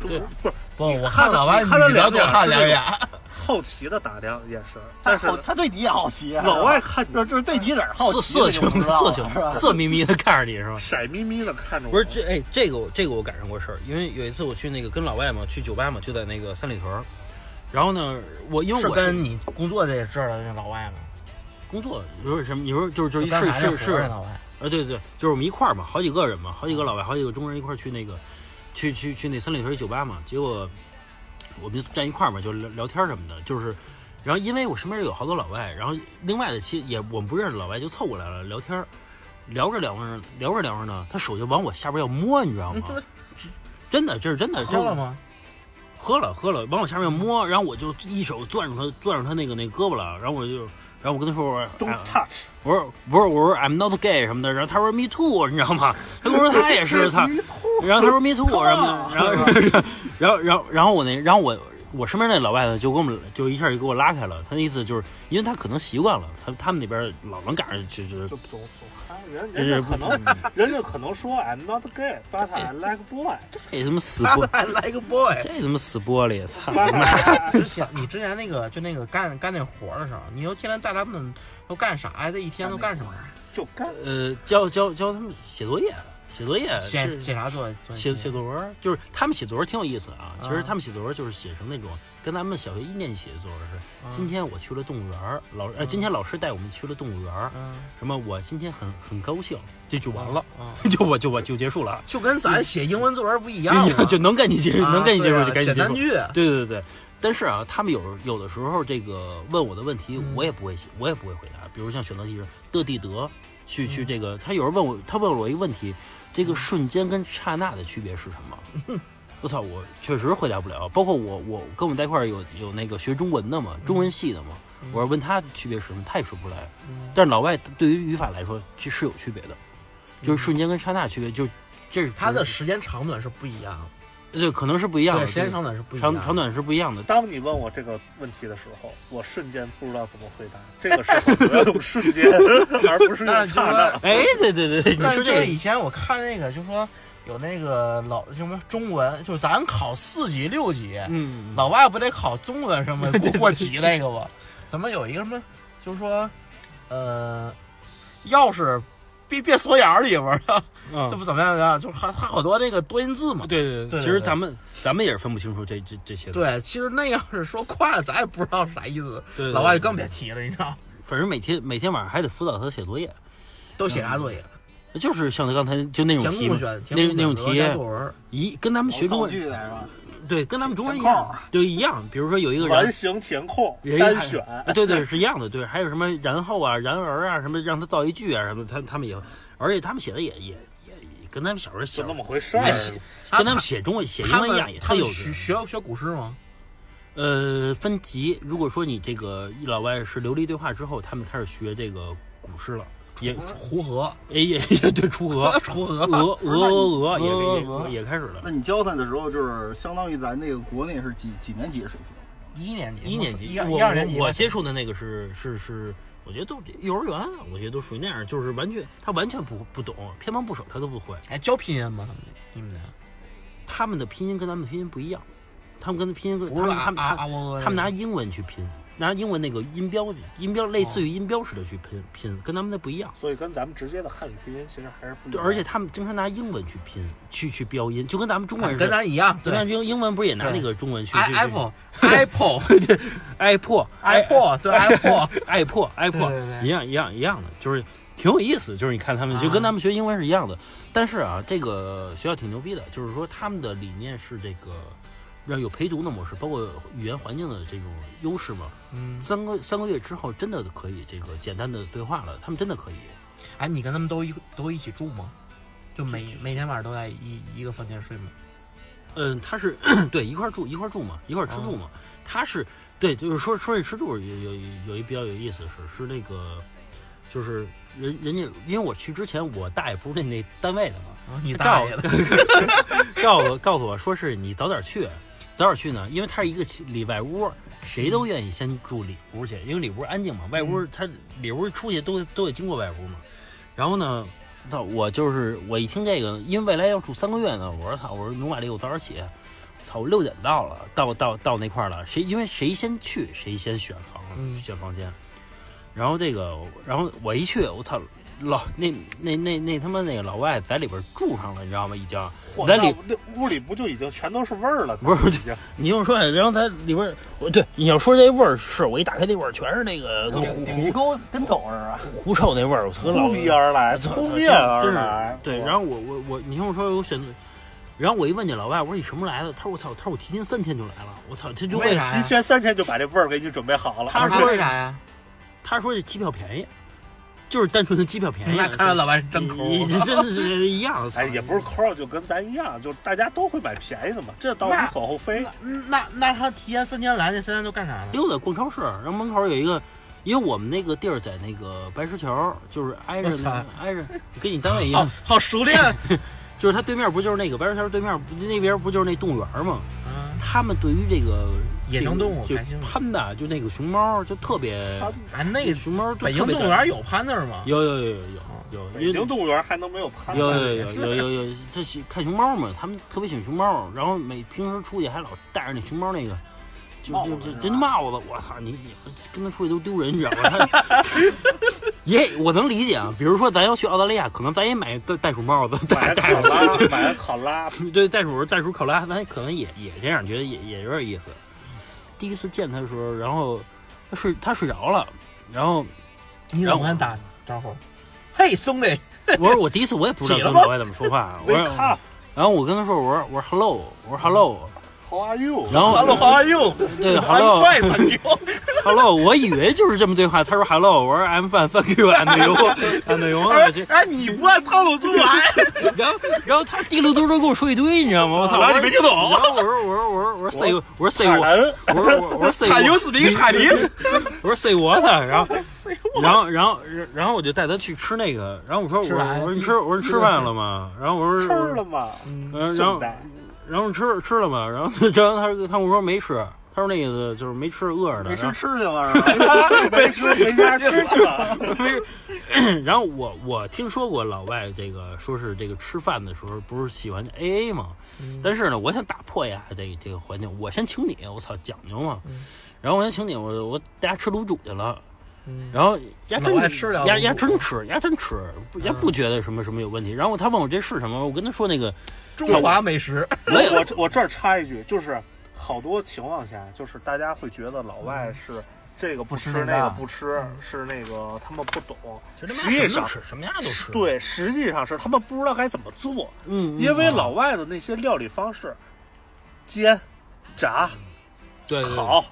Speaker 2: 对
Speaker 3: 不是
Speaker 1: 不，我
Speaker 3: 看
Speaker 1: 老
Speaker 3: 了
Speaker 1: 外
Speaker 3: 你看了
Speaker 1: 女的
Speaker 3: 两
Speaker 1: 多
Speaker 3: 眼
Speaker 1: 看
Speaker 3: 是
Speaker 1: 两
Speaker 3: 那
Speaker 1: 眼，
Speaker 3: 好奇的打量眼神儿，
Speaker 4: 他
Speaker 3: 但是
Speaker 4: 好，他对你也好奇，啊
Speaker 3: 老外看你
Speaker 4: 这这是对你有点好奇，
Speaker 2: 色色情
Speaker 4: 你就不知道
Speaker 2: 色
Speaker 4: 了
Speaker 2: 情
Speaker 4: 是吧？
Speaker 2: 色眯眯的看着你是吧？
Speaker 3: 色眯眯的看着我，
Speaker 2: 不是这哎，这个我这个我赶上过事儿，因为有一次我去那个跟老外嘛，去酒吧嘛，就在那个三里屯儿。然后呢，我因为
Speaker 1: 是
Speaker 2: 我
Speaker 1: 跟你工作这事儿的那老外吗？
Speaker 2: 工作，你说什么？你说就是就是一
Speaker 1: 刚才
Speaker 2: 是是
Speaker 1: 那活
Speaker 2: 是
Speaker 1: 着老外，
Speaker 2: 啊，对对，就是我们一块儿嘛，好几个人嘛，好几个老外，好几个中国人一块儿去那个，去去去那三里屯儿酒吧嘛。结果我们就站一块儿嘛，就聊聊天儿什么的，就是，然后因为我身边有好多老外，然后另外的其实也我们不认识老外，就凑过来了聊天儿，聊着聊着聊着聊着呢，他手就往我下边要摸，你知道吗？真的，这是真的，这
Speaker 1: 喝了吗？
Speaker 2: 喝了喝了，往我下面摸，然后我就一手攥住他攥住他那个那胳膊了，然后我就，然后我跟他说我说
Speaker 3: Don't
Speaker 2: 哎
Speaker 3: touch，
Speaker 2: 我说不是，我说 I'm not gay 什么的，然后他说 me too，你知道吗？他跟我说他也 *laughs* 是，他，然后他说 me too 什么的，然后 *laughs* 然后然后然后我那然后我我身边那老外呢就给我们就一下就给我拉开了，他那意思就是因为他可能习惯了，他他们那边老能赶上就是
Speaker 3: 就走走开，人
Speaker 2: 就
Speaker 3: 人
Speaker 2: 是
Speaker 3: 家可能人家可能说 I'm not gay，but I like boy，
Speaker 2: 哎这他妈死
Speaker 4: 他
Speaker 2: 玻
Speaker 4: 还来个 boy，
Speaker 2: 这他妈死玻璃，操！
Speaker 3: 但是
Speaker 1: 之前你之前那个就那个干干那活儿的时候，你又天天带他们都干啥呀？这一天都干什么？
Speaker 3: 就干
Speaker 2: 呃，教教教他们写作业，写作业
Speaker 1: 写
Speaker 2: 呃是
Speaker 1: 写啥作啊业？
Speaker 2: 写写作文儿，就是他们写作文儿挺有意思啊。其实
Speaker 1: 啊
Speaker 2: 他们写作文儿就是写成那种跟咱们小学一年级写的作文儿似的。
Speaker 1: 嗯
Speaker 2: 今天我去了动物园儿，老呃，今天老师带我们去了动物园儿，
Speaker 1: 嗯，
Speaker 2: 什么我今天很很高兴，这就完了，
Speaker 1: 嗯。
Speaker 2: *laughs* 就我就我就结束了，
Speaker 1: 就跟咱写英文作文不一样
Speaker 2: 就
Speaker 1: 吗，
Speaker 2: *laughs* 就能赶紧结，能赶紧结
Speaker 1: 啊对啊
Speaker 2: 束就赶
Speaker 1: 简
Speaker 2: 紧结
Speaker 1: 单
Speaker 2: 束。
Speaker 1: 句，
Speaker 2: 对对对。但是啊，他们有有的时候这个问我的问题，
Speaker 1: 嗯
Speaker 2: 我也不会写，我也不会回答。比如像选择题是的地得，
Speaker 1: 嗯
Speaker 2: 去去这个，他有人问我，他问了我一个问题，这个瞬间跟刹那的区别是什么？ *laughs* 我操，我确实回答不了。包括我，我跟我们在一块儿有有那个学中文的嘛，中文系的嘛，我要问他区别是什么，他也说不出来。
Speaker 1: 嗯
Speaker 2: 但是老外对于语法来说，其实是有区别的，就是瞬间跟刹那区别，就这是
Speaker 1: 嗯它的时间长短是不一样的，
Speaker 2: 对可能是不一样的，
Speaker 1: 对，时间长短是不一样
Speaker 2: 长
Speaker 1: 的，
Speaker 2: 长短是不一样的。
Speaker 3: 当你问我这个问题的时候，我瞬间不知道怎么回答。这个时候我要用瞬间， *laughs* 而不是用刹那。
Speaker 1: *laughs*
Speaker 2: 哎，对对对对，你
Speaker 1: 但
Speaker 2: 说
Speaker 1: 是
Speaker 2: 这
Speaker 1: 就是
Speaker 2: 个
Speaker 1: 以前我看那个，就说有那个老什么中文，就是咱考四级六级，
Speaker 2: 嗯，
Speaker 1: 老外不得考中文
Speaker 2: *laughs*
Speaker 1: 什么过过级那个吗？怎么有一个什么，就是说，呃，钥匙别别锁眼儿里边儿啊，这
Speaker 2: 嗯，
Speaker 1: 不怎么样的，就是还还好多那个多音字嘛。
Speaker 2: 对对
Speaker 1: 对
Speaker 2: 其
Speaker 1: 对对
Speaker 2: 实咱们咱们也是分不清楚这这这些的。
Speaker 1: 对，其实那要是说快了，咱也不知道啥意思，
Speaker 2: 对，对
Speaker 1: 老外就
Speaker 2: 对
Speaker 1: 更别提了，你知道吗？
Speaker 2: 反正每天每天晚上还得辅导他写作业，
Speaker 1: 都写啥作业？
Speaker 2: 就是像他刚才就那种
Speaker 1: 填
Speaker 2: 题
Speaker 1: 空，选，填
Speaker 2: 那
Speaker 1: 空
Speaker 2: 那种
Speaker 1: 选择
Speaker 2: 题
Speaker 1: 加作文，
Speaker 2: 一跟咱们学中
Speaker 4: 造
Speaker 2: 文
Speaker 4: 句来着，
Speaker 2: 对跟咱们中文一
Speaker 4: 填空
Speaker 2: 样，对一样。比如说有一个人
Speaker 3: 完。形填空
Speaker 2: 有一个
Speaker 3: 单
Speaker 2: 还
Speaker 3: 选，
Speaker 2: 啊对对是一样的，对，还有什么然后啊、然而啊什么，让他造一句啊什么，他他们也，而且他们写的也也也也跟咱们小时候写
Speaker 3: 就
Speaker 2: 的
Speaker 3: 那么回事儿
Speaker 2: 哎。写跟他们写中文写英
Speaker 1: 他
Speaker 2: 文一样，
Speaker 1: 们
Speaker 2: 也
Speaker 1: 他
Speaker 2: 特
Speaker 1: 们
Speaker 2: 有趣
Speaker 1: 学学学古诗吗？
Speaker 2: 呃，分级。如果说你这个老外是流利对话之后，他们开始学这个古诗了，也
Speaker 1: 锄禾，，
Speaker 2: 哎也也对楚河
Speaker 1: *laughs* 锄
Speaker 2: 俄
Speaker 1: 禾，
Speaker 2: *laughs* 俄
Speaker 1: *laughs*
Speaker 2: 俄俄
Speaker 1: 俄
Speaker 2: 也
Speaker 1: 俄
Speaker 2: 也也开始了
Speaker 4: 那。你教他的时候，就是相当于咱那个国内是几几年级的水平？
Speaker 1: 一年级，
Speaker 2: 一年级，
Speaker 1: 一二
Speaker 2: 我
Speaker 1: 一二年级吧，
Speaker 2: 我接触的那个是是是，我觉得都是幼儿园，我觉得都属于那样，就是完全他完全不不懂，偏旁部首他都不会。
Speaker 1: 哎，教拼音吗？他们你们
Speaker 2: 他们的拼音跟咱们拼音不一样，他们跟他拼音跟
Speaker 1: 不是
Speaker 2: 他
Speaker 1: 啊
Speaker 2: 们
Speaker 1: 啊
Speaker 2: 他们
Speaker 1: 啊！我
Speaker 2: 他们拿英文去拼，拿英文那个音标音标类似于音标似的去拼拼，跟咱们那不一样。
Speaker 3: 所以跟咱们直接的汉语拼音其实还是不一
Speaker 2: 对，
Speaker 3: 样。
Speaker 2: 而且他们经常拿英文去拼，去去标音，就跟咱们中文
Speaker 1: 哎
Speaker 2: 似的。
Speaker 1: 跟咱一样，
Speaker 2: 跟
Speaker 1: 对
Speaker 2: 咱英英文不是也拿
Speaker 1: 对
Speaker 2: 那个中文去去
Speaker 1: ，i apple apple
Speaker 2: ，apple
Speaker 1: *laughs* apple 对 apple，对对
Speaker 2: apple apple
Speaker 1: 对
Speaker 2: 一样一样一样的，就是挺有意思。就是你看他们就跟
Speaker 1: 啊
Speaker 2: 咱们学英文是一样的，但是啊，这个学校挺牛逼的，就是说他们的理念是这个让有陪读的模式，包括语言环境的这种优势嘛。
Speaker 1: 嗯，
Speaker 2: 三个三个月之后，真的可以这个简单的对话了，他们真的可以。
Speaker 1: 哎，你跟他们都一都一起住吗？就每每天晚上都在一一个房间睡吗？
Speaker 2: 嗯，他是对一块儿住一块儿住嘛，一块儿吃住嘛。他是对，就是说说起吃住有有有一比较有意思的事，是那个就是人人家，因为我去之前我大爷不是那那单位的嘛，
Speaker 1: 啊你
Speaker 2: 他
Speaker 1: 大
Speaker 2: 告
Speaker 1: 爷的，
Speaker 2: 告诉告诉我说是你早点去，早点去呢，因为它是一个起里外屋，谁都愿意先住里屋去，因为里屋安静嘛，外屋它里屋出去都都得经过外屋嘛。然后呢，操，我就是我一听这个，因为未来要住三个月呢，我说操，我说努瓦利，我早点起，操，我六点到了，到到到那块儿了，谁因为谁先去谁先选房、
Speaker 1: 嗯
Speaker 2: 选房间，然后这个，然后我一去，我操。老那那那那他妈那个老外在里边住上了，你知道吗？已经，
Speaker 3: 嚯
Speaker 2: 在
Speaker 3: 那
Speaker 2: 里
Speaker 3: 那屋里不就已经全都是味儿了？
Speaker 2: 不是
Speaker 3: 已经
Speaker 2: 你听我说，然后它里边儿，我对你要说这味儿，是我一打开那味儿全是那个跟狐
Speaker 4: 你
Speaker 2: 狐
Speaker 4: 给我跟走似的，
Speaker 2: 狐臭那味儿，我操，老
Speaker 3: 扑鼻而来，
Speaker 2: 操
Speaker 3: 扑面而
Speaker 2: 真
Speaker 3: 来
Speaker 2: 是。对。
Speaker 3: 我
Speaker 2: 然后我我我，你听我说，我选择，然后我一问这老外，我说你什么来的？他说我操，他说我提前三天就来了，我操，他就
Speaker 1: 为
Speaker 2: 为
Speaker 1: 啥呀
Speaker 3: 提前三天就把这味儿给你准备好了。
Speaker 2: 他
Speaker 1: 他
Speaker 2: 说
Speaker 1: 为啥呀？
Speaker 2: 他说这机票便宜，就是单纯的机票便宜。
Speaker 5: 那看来老外是真抠。
Speaker 2: 你你真的是一样。
Speaker 3: 哎，也不是抠，就跟咱一样，就大家都会买便宜的嘛，这倒无
Speaker 1: 那
Speaker 3: 可厚非。
Speaker 1: 那那那他提前三天来，这三天都干啥呢？
Speaker 2: 溜达逛超市，然后门口有一个，因为我们那个地儿在那个白石桥，就是挨着那
Speaker 1: 我
Speaker 2: 个挨着，跟你单位
Speaker 1: *laughs*
Speaker 2: 一样，
Speaker 1: 哦好熟练。
Speaker 2: 就是它对面不就是那个白石桥对面不那边不就是那动物园吗？
Speaker 1: 嗯，
Speaker 2: 他们对于这个
Speaker 1: 野生动物
Speaker 2: 就
Speaker 1: 感兴趣
Speaker 2: 潘达就那个熊猫就特别，
Speaker 3: 他
Speaker 1: 啊，那个
Speaker 2: 熊猫就
Speaker 1: 北京
Speaker 2: 特别
Speaker 1: 动物
Speaker 2: 感
Speaker 1: 园有啊潘那儿吗？
Speaker 2: 有有有有有有，
Speaker 3: 北
Speaker 2: 因为
Speaker 3: 京动物园还能没有潘
Speaker 2: 有
Speaker 3: 达？
Speaker 2: 有有有有有，这喜看熊猫嘛，他们特别喜欢熊猫，然后每平时出去还老带着那熊猫那个。就
Speaker 4: 帽
Speaker 2: 就
Speaker 4: 子
Speaker 2: 就是
Speaker 4: 吧
Speaker 2: 真帽子，我操你！你跟他出去都丢人，你知道吗？他 *laughs* 也我能理解啊，比如说咱要去澳大利亚，可能咱也买袋袋鼠帽子，
Speaker 3: 买
Speaker 2: 袋
Speaker 3: 个
Speaker 2: 袋
Speaker 3: 考
Speaker 2: 鼠，
Speaker 3: 拉，买
Speaker 2: *laughs*
Speaker 3: 个考拉，
Speaker 2: 嗯对袋鼠袋鼠考拉，咱可能也也这样，觉得也也有点意思。第一次见他的时候，然后他睡他睡着了，然后
Speaker 1: 你怎么敢打招呼？嘿，兄弟，
Speaker 2: 我说我第一次我也不知道
Speaker 1: *laughs* 起了
Speaker 2: 跟
Speaker 1: 吗
Speaker 2: 老外怎么说话，我说
Speaker 3: 喂靠
Speaker 2: 然后我跟他说，我说我说 hello，我
Speaker 1: *laughs*
Speaker 2: 说 hello，
Speaker 3: ，How are you？
Speaker 2: 然后
Speaker 1: hello，how are *laughs* you？
Speaker 2: 对
Speaker 1: I'm
Speaker 2: hello
Speaker 1: fine, thank you。 *laughs*
Speaker 2: hello，我以为就是这么对话，他说 hello，我说 I'm fine thank you and you and you，我去
Speaker 1: 哎，你不按套路出牌，
Speaker 2: 然后然后他滴溜嘟嘟跟我说一堆，你知道吗？我操，我说
Speaker 1: 听懂
Speaker 2: 然后我说我说我说我说 say 我说 say
Speaker 3: 海
Speaker 2: 我
Speaker 3: 南
Speaker 2: 我说
Speaker 1: *laughs*
Speaker 2: 我说 say
Speaker 1: 喊
Speaker 2: 我
Speaker 1: you speak Chinese？
Speaker 2: 我说 say 我的，然后然后然后然后我就带他去吃那个，然后我说我
Speaker 1: 吃
Speaker 2: 说
Speaker 1: 完
Speaker 2: 我说你吃我说你吃饭了吗？然后我说
Speaker 3: 吃
Speaker 2: 我说
Speaker 3: 了吗？
Speaker 2: 嗯然
Speaker 3: 圣
Speaker 2: 后
Speaker 3: 代
Speaker 2: 然后吃吃了吗？然后 *laughs* 然后他说他跟我说没吃，他说那个就是没吃，饿着呢。
Speaker 4: 没
Speaker 2: 然
Speaker 4: 吃
Speaker 2: 后
Speaker 4: 吃去了是 *laughs* 吧？
Speaker 3: 没吃回家吃去了。
Speaker 2: 然后我我听说过老外这个说是这个吃饭的时候不是喜欢 A A 吗？但是呢，我想打破一下这个这个环境，我先请你，我操讲究嘛。然后我先请你，我我大家吃卤煮去了。然后丫
Speaker 1: 老
Speaker 2: 真
Speaker 1: 外吃了
Speaker 2: 丫
Speaker 1: 卤
Speaker 2: 丫
Speaker 1: 煮
Speaker 2: 真吃，丫真吃，不丫不觉得什么什么有问题。然后他问我这是什么，我跟他说那个，
Speaker 1: *laughs* 中华美食，
Speaker 2: 我也
Speaker 3: 我这我这儿插一句，就是好多情况下，就是大家会觉得老
Speaker 2: 嗯
Speaker 3: 外是这个不吃
Speaker 4: 不吃那个
Speaker 3: 那个不吃，是那个他们不懂。实
Speaker 2: 什
Speaker 3: 际
Speaker 2: 么都
Speaker 3: 上，
Speaker 2: 吃，什么样都吃。，
Speaker 3: 对，实际上是他们不知道该怎么做，
Speaker 2: 嗯，嗯
Speaker 3: 因为老外的那些料理方式，煎、炸、
Speaker 2: 对对
Speaker 3: 烤，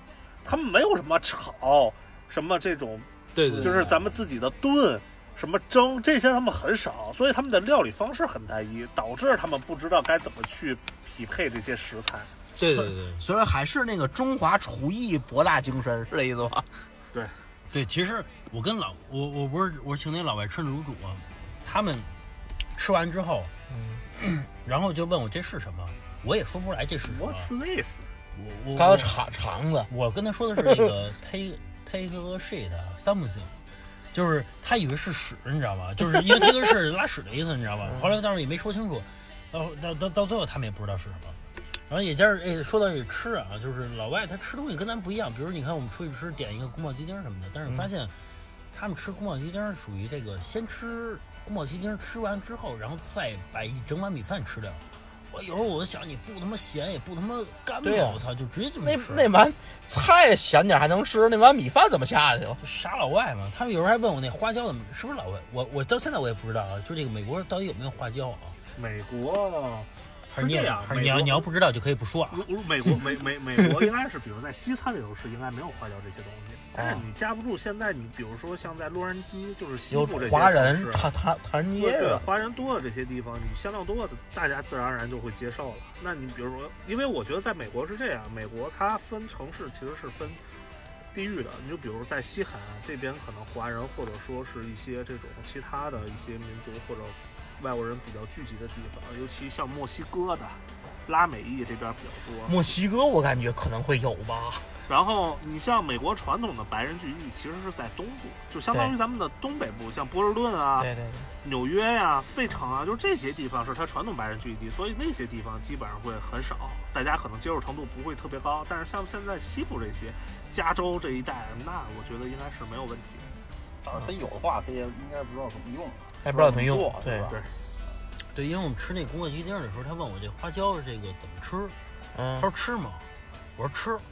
Speaker 3: 他们没有什么炒，什么这种
Speaker 2: 对对，对
Speaker 3: 就是咱们自己的炖、什么蒸这些他们很少，所以他们的料理方式很单一，导致他们不知道该怎么去匹配这些食材。
Speaker 2: 对对对。
Speaker 1: 所以说还是那个中华厨艺博大精深，是这意思吧？
Speaker 2: 对，其实我跟老我我不是我请那老外吃卤煮啊，他们吃完之后， *clears throat* 然后就问我这是什么，我也说不出来这是什么。
Speaker 3: What's this？
Speaker 2: 我我
Speaker 1: 刚才
Speaker 2: 我
Speaker 1: 肠肠子，
Speaker 2: 我跟他说的是那
Speaker 1: *laughs*
Speaker 2: 个 take take a shit something，就是他以为是屎，你知道吧？就是 *laughs* 因为 take a shit 拉屎的意思，你知道吧？后来当时也没说清楚，到到到到最后他们也不知道是什么。然后也加上哎，说到这吃啊，就是老外他吃东西跟咱不一样，比如你看我们出去吃点一个宫保鸡丁什么的，但
Speaker 1: 嗯
Speaker 2: 是发现他们吃宫保鸡丁属于这个先吃宫保鸡丁，吃完之后，然后再把一整碗米饭吃掉。我有时候我就想，你不他妈咸也不他妈干
Speaker 1: 对啊
Speaker 2: 吧，我操，就直接这么
Speaker 1: 那
Speaker 2: 吃。
Speaker 1: 那碗菜咸点还能吃，那碗米饭怎么下去？
Speaker 2: 傻老外嘛，他们有时候还问我那花椒怎么是不是老外，我我到现在我也不知道啊，就这个美国到底有没有花椒啊？
Speaker 3: 美国
Speaker 2: 还是你也
Speaker 3: 是这样
Speaker 2: 还是你
Speaker 3: 美
Speaker 2: 要
Speaker 3: 国嗯
Speaker 2: 你要不知道就可以不说啊？
Speaker 3: 如如美国美美美国应该是，比如在西餐里头是应该没有花椒这些东西，但是你架不住现在你比如说像在洛杉矶就是西
Speaker 1: 有
Speaker 3: 部这些
Speaker 1: 华
Speaker 3: 城
Speaker 1: 人
Speaker 3: 市
Speaker 1: 唐唐唐人街
Speaker 3: 对
Speaker 1: 是
Speaker 3: 对
Speaker 1: 吧，？
Speaker 3: 华人多的这些地方，你香料多的，大家自然而然就会接受了。那你比如说，因为我觉得在美国是这样，美国它分城市其实是分地域的。你就比如在西海岸这边，可能华人或者说是一些这种其他的一些民族或者外国人比较聚集的地方，尤其像墨西哥的、拉美裔这边比较多。
Speaker 1: 墨西哥我感觉可能会有吧。
Speaker 3: 然后你像美国传统的白人聚集地，其实是在东部，就相当于
Speaker 1: 对
Speaker 3: 咱们的东北部，像波士顿啊、
Speaker 1: 对对对。
Speaker 3: 纽约呀、费城啊，就是这些地方是它传统白人聚集地，所以那些地方基本上会很少，大家可能接受程度不会特别高。但是像现在西部这些，加州这一带，那我觉得应该是没有问题。
Speaker 4: 但是他有的话，他也应该不知道怎么用。
Speaker 1: 还不知道怎么用，
Speaker 4: 对吧？
Speaker 2: 对，因为我们吃那宫保鸡丁的时候，他问我这花椒这个怎么吃，他
Speaker 1: 嗯，
Speaker 2: 说吃吗？我说吃，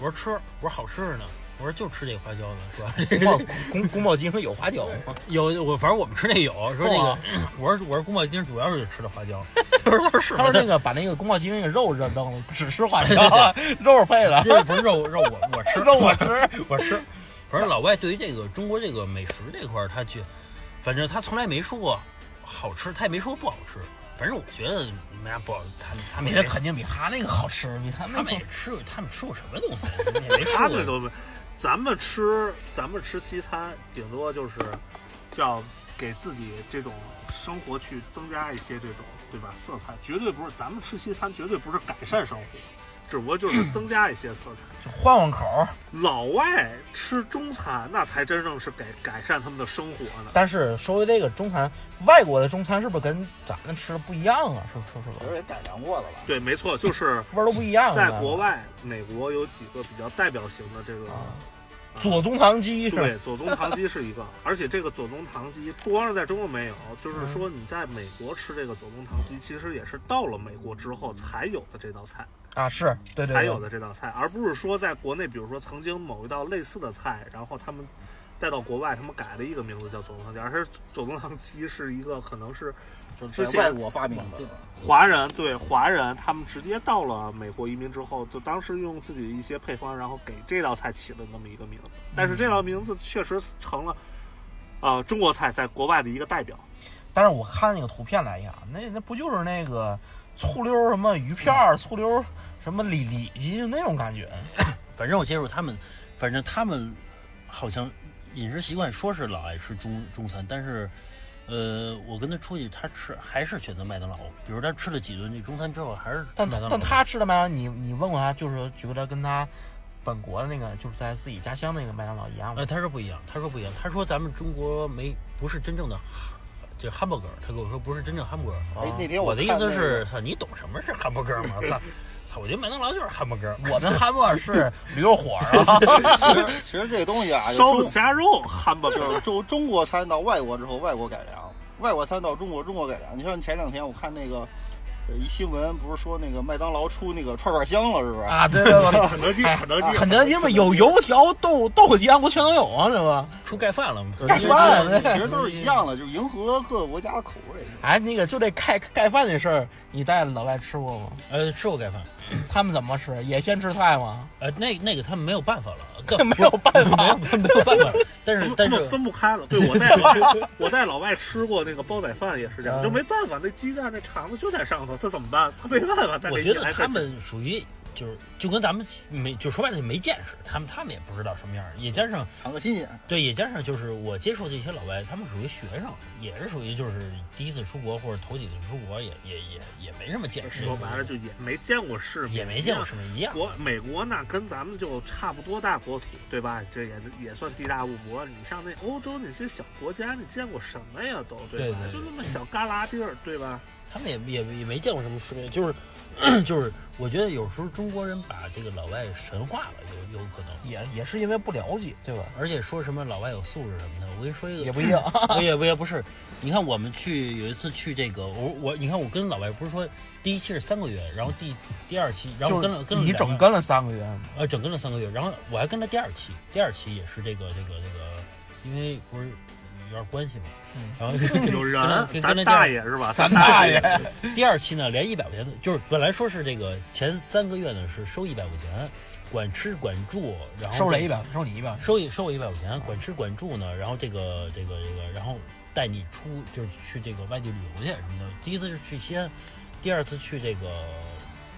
Speaker 2: 我说吃，我说好吃着呢，我说就吃这花椒呢，是吧？ *laughs*
Speaker 1: 宫保 *laughs* 宫宫保鸡丁有花椒吗？
Speaker 2: 有我反正我们吃那有，说那
Speaker 1: 哇
Speaker 2: 个 *clears throat* 我说我说宫保鸡丁主要是吃的花 *laughs* 椒，他说他说是
Speaker 1: 他说
Speaker 2: 吗？
Speaker 1: 那个把那个宫保鸡丁那个肉扔扔 *laughs* 了，只吃花椒，肉是配的，
Speaker 2: *laughs* 这不是肉肉我我吃
Speaker 1: *laughs* 肉我吃。
Speaker 2: 我吃。反正老外对于这个中国这个美食这块儿，他去，反正他从来没说过好吃，他也没说不好吃。反正我觉得没啥不好，他他们
Speaker 5: 你
Speaker 2: 也
Speaker 5: 的肯定比他那个好吃，比他
Speaker 2: 他
Speaker 5: 那
Speaker 2: 们
Speaker 5: 个
Speaker 2: 也吃，他们吃过什么东西？也没吃
Speaker 3: 他
Speaker 2: 过
Speaker 3: 们。都没，咱们吃咱们吃西餐，顶多就是叫给自己这种生活去增加一些这种对吧色彩，绝对不是咱们吃西餐绝对不是改善生活，只不过就是增加一些色彩。
Speaker 5: 换换口儿。
Speaker 3: 老外吃中餐，那才真正是改改善他们的生活呢。
Speaker 1: 但是说回这个中餐，外国的中餐是不是跟咱们吃的不一样啊？是不是是不
Speaker 4: 我觉
Speaker 1: 是
Speaker 4: 得也改良过了吧？ *laughs*
Speaker 3: 对，没错，就是
Speaker 1: 味儿都不一样？啊
Speaker 3: 在
Speaker 1: 是吧
Speaker 3: 国外，美国有几个比较代表型的这个
Speaker 1: 啊，左宗棠鸡是吧？
Speaker 3: 对，左宗棠鸡是一个，而且这个左宗棠鸡不光是在中国没有，就是说你在美国吃这个左宗棠鸡，其实也是到了美国之后才有的这道菜，
Speaker 1: 啊，是对对
Speaker 3: 才有
Speaker 1: 对，
Speaker 3: 的这道菜，而不是说在国内，比如说曾经某一道类似的菜，然后他们带到国外，他们改了一个名字叫左宗棠鸡，而是左宗棠鸡是一个可能是
Speaker 4: 就是在外国发明 *laughs* 的，
Speaker 3: 华人对华人，他们直接到了美国移民之后，就当时用自己的一些配方，然后给这道菜起了那么一个名字。
Speaker 2: 嗯
Speaker 3: 但是这道名字确实成了，呃，中国菜在国外的一个
Speaker 2: *laughs*
Speaker 3: 代表。
Speaker 1: 但是我看那个图片来呀，那那不就是那个醋溜儿什么鱼片儿、醋溜儿什么里里脊就那种感觉？
Speaker 2: *laughs* 反正我接触他们，反正他们好像饮食习惯说是老爱吃中中餐，但是，呃，我跟他出去，他吃还是选择麦当劳。比如他吃了几顿这中餐之后，还是
Speaker 1: 但
Speaker 2: 麦当劳
Speaker 1: 但他吃的麦当劳，你你问过他，就是觉得跟他本国的那个，就是在自己家乡那个麦当劳一样吗
Speaker 2: 呃，？他说不一样，他说不一样，他说咱们中国没不是真正的这 hamburger，他跟我说不是真正 hamburger。
Speaker 4: 哎，那天
Speaker 2: 啊我的意
Speaker 4: 看
Speaker 2: 思
Speaker 4: 那个
Speaker 2: 是，操，你懂什么是 hamburger 吗？操，操，我觉得麦当劳就是 hamburger。
Speaker 5: 我的汉堡是
Speaker 2: *laughs*
Speaker 5: 驴肉火
Speaker 1: 啊
Speaker 5: 烧，
Speaker 4: 其实其实这东西啊，就
Speaker 3: 烧饼
Speaker 4: 中
Speaker 3: 夹肉，汉堡
Speaker 4: 就
Speaker 3: 包
Speaker 4: 是
Speaker 2: *laughs*
Speaker 4: 中中国餐到外国之后，外国改良；外国餐到中国，中国改良。你像前两天我看那个呃一新闻，不是说那个麦当劳出那个串串香了，是不是？
Speaker 5: 啊，对对对，我
Speaker 3: 肯
Speaker 2: *laughs*
Speaker 3: 德基， *laughs* 肯德
Speaker 1: 啊
Speaker 3: 基，啊
Speaker 2: 啊
Speaker 5: 肯德基嘛有油条、豆豆浆不全都有吗？这不。
Speaker 2: 出盖饭了吗？
Speaker 4: 其实
Speaker 5: 饭
Speaker 4: 其实其实都是一样的，就是迎合各个国家的口味。
Speaker 1: 哎，那个就这盖盖饭这事儿，你在老外吃过吗？
Speaker 2: 呃，吃过盖饭。
Speaker 1: 他们怎么吃？也先吃菜吗？
Speaker 2: 呃，那那个他们没有办法了，更
Speaker 1: 没有办
Speaker 2: 没
Speaker 1: 法
Speaker 2: 有，没有办法了。但是但
Speaker 3: 他
Speaker 2: 是
Speaker 3: 们分不开了。对我在
Speaker 2: *laughs*
Speaker 3: 老我在老外吃过那个煲仔饭也是这样，
Speaker 1: 嗯
Speaker 3: 就没办法，那鸡蛋那肠子就在上头，他怎么办？他没办法再
Speaker 2: 我
Speaker 3: 给
Speaker 2: 觉
Speaker 3: 你
Speaker 2: 得
Speaker 3: 来
Speaker 2: 他
Speaker 3: 个鸡。
Speaker 2: 们属于就是就跟咱们没就说白了没见识，他们他们也不知道什么样儿，也加上
Speaker 4: 尝个新鲜，
Speaker 2: 对也加上就是我接触的一些老外，他们属于学生，也是属于就是第一次出国或者头几次出国也，也也也没什么见识，
Speaker 3: 说白了就也没见过世面，
Speaker 2: 也没见过什么一样。
Speaker 3: 国美国那跟咱们就差不多大国土，对吧？这也也算地大物博。你像那欧洲那些小国家，你见过什么呀？都对吧？
Speaker 2: 对对对
Speaker 3: 就那么小旮旯地儿，对吧？
Speaker 2: 他们也也也没见过什么世面，就是就是 *clears throat* 我觉得有时候中国人把这个老外神化了，有有可能。
Speaker 1: 也也是因为不了解，对吧？
Speaker 2: 而且说什么老外有素质什么的，我跟你说一个，
Speaker 1: 也不一定。
Speaker 2: 我也我也不是，你看我们去有一次去这个，我我你看我跟老外不是说第一期是三个月，然后第第二期，然后跟了跟了
Speaker 1: 你
Speaker 2: 两个
Speaker 1: 整跟了三个月
Speaker 2: *laughs*
Speaker 1: 吗？
Speaker 2: 呃整跟了三个月，然后我还跟了第二期，第二期也是这个这个这个，因为不是有点关系嘛，
Speaker 1: 嗯
Speaker 2: 然后跟
Speaker 3: 有人
Speaker 2: 跟跟，
Speaker 3: 咱
Speaker 2: 跟
Speaker 3: 大
Speaker 2: 爷
Speaker 3: 爷是吧？
Speaker 5: 咱
Speaker 3: *laughs* 大
Speaker 5: 大爷，
Speaker 2: 第二期呢，连一百块钱都就是本来说是这个前三个月呢是收一百块钱，管吃管住，然后
Speaker 1: 收谁一百，收你一百。
Speaker 2: 收一收一百块钱，管吃管住呢，然后这个这个这个，然后带你出就是去这个外地旅游去什么的。第一次是去西安，第二次去这个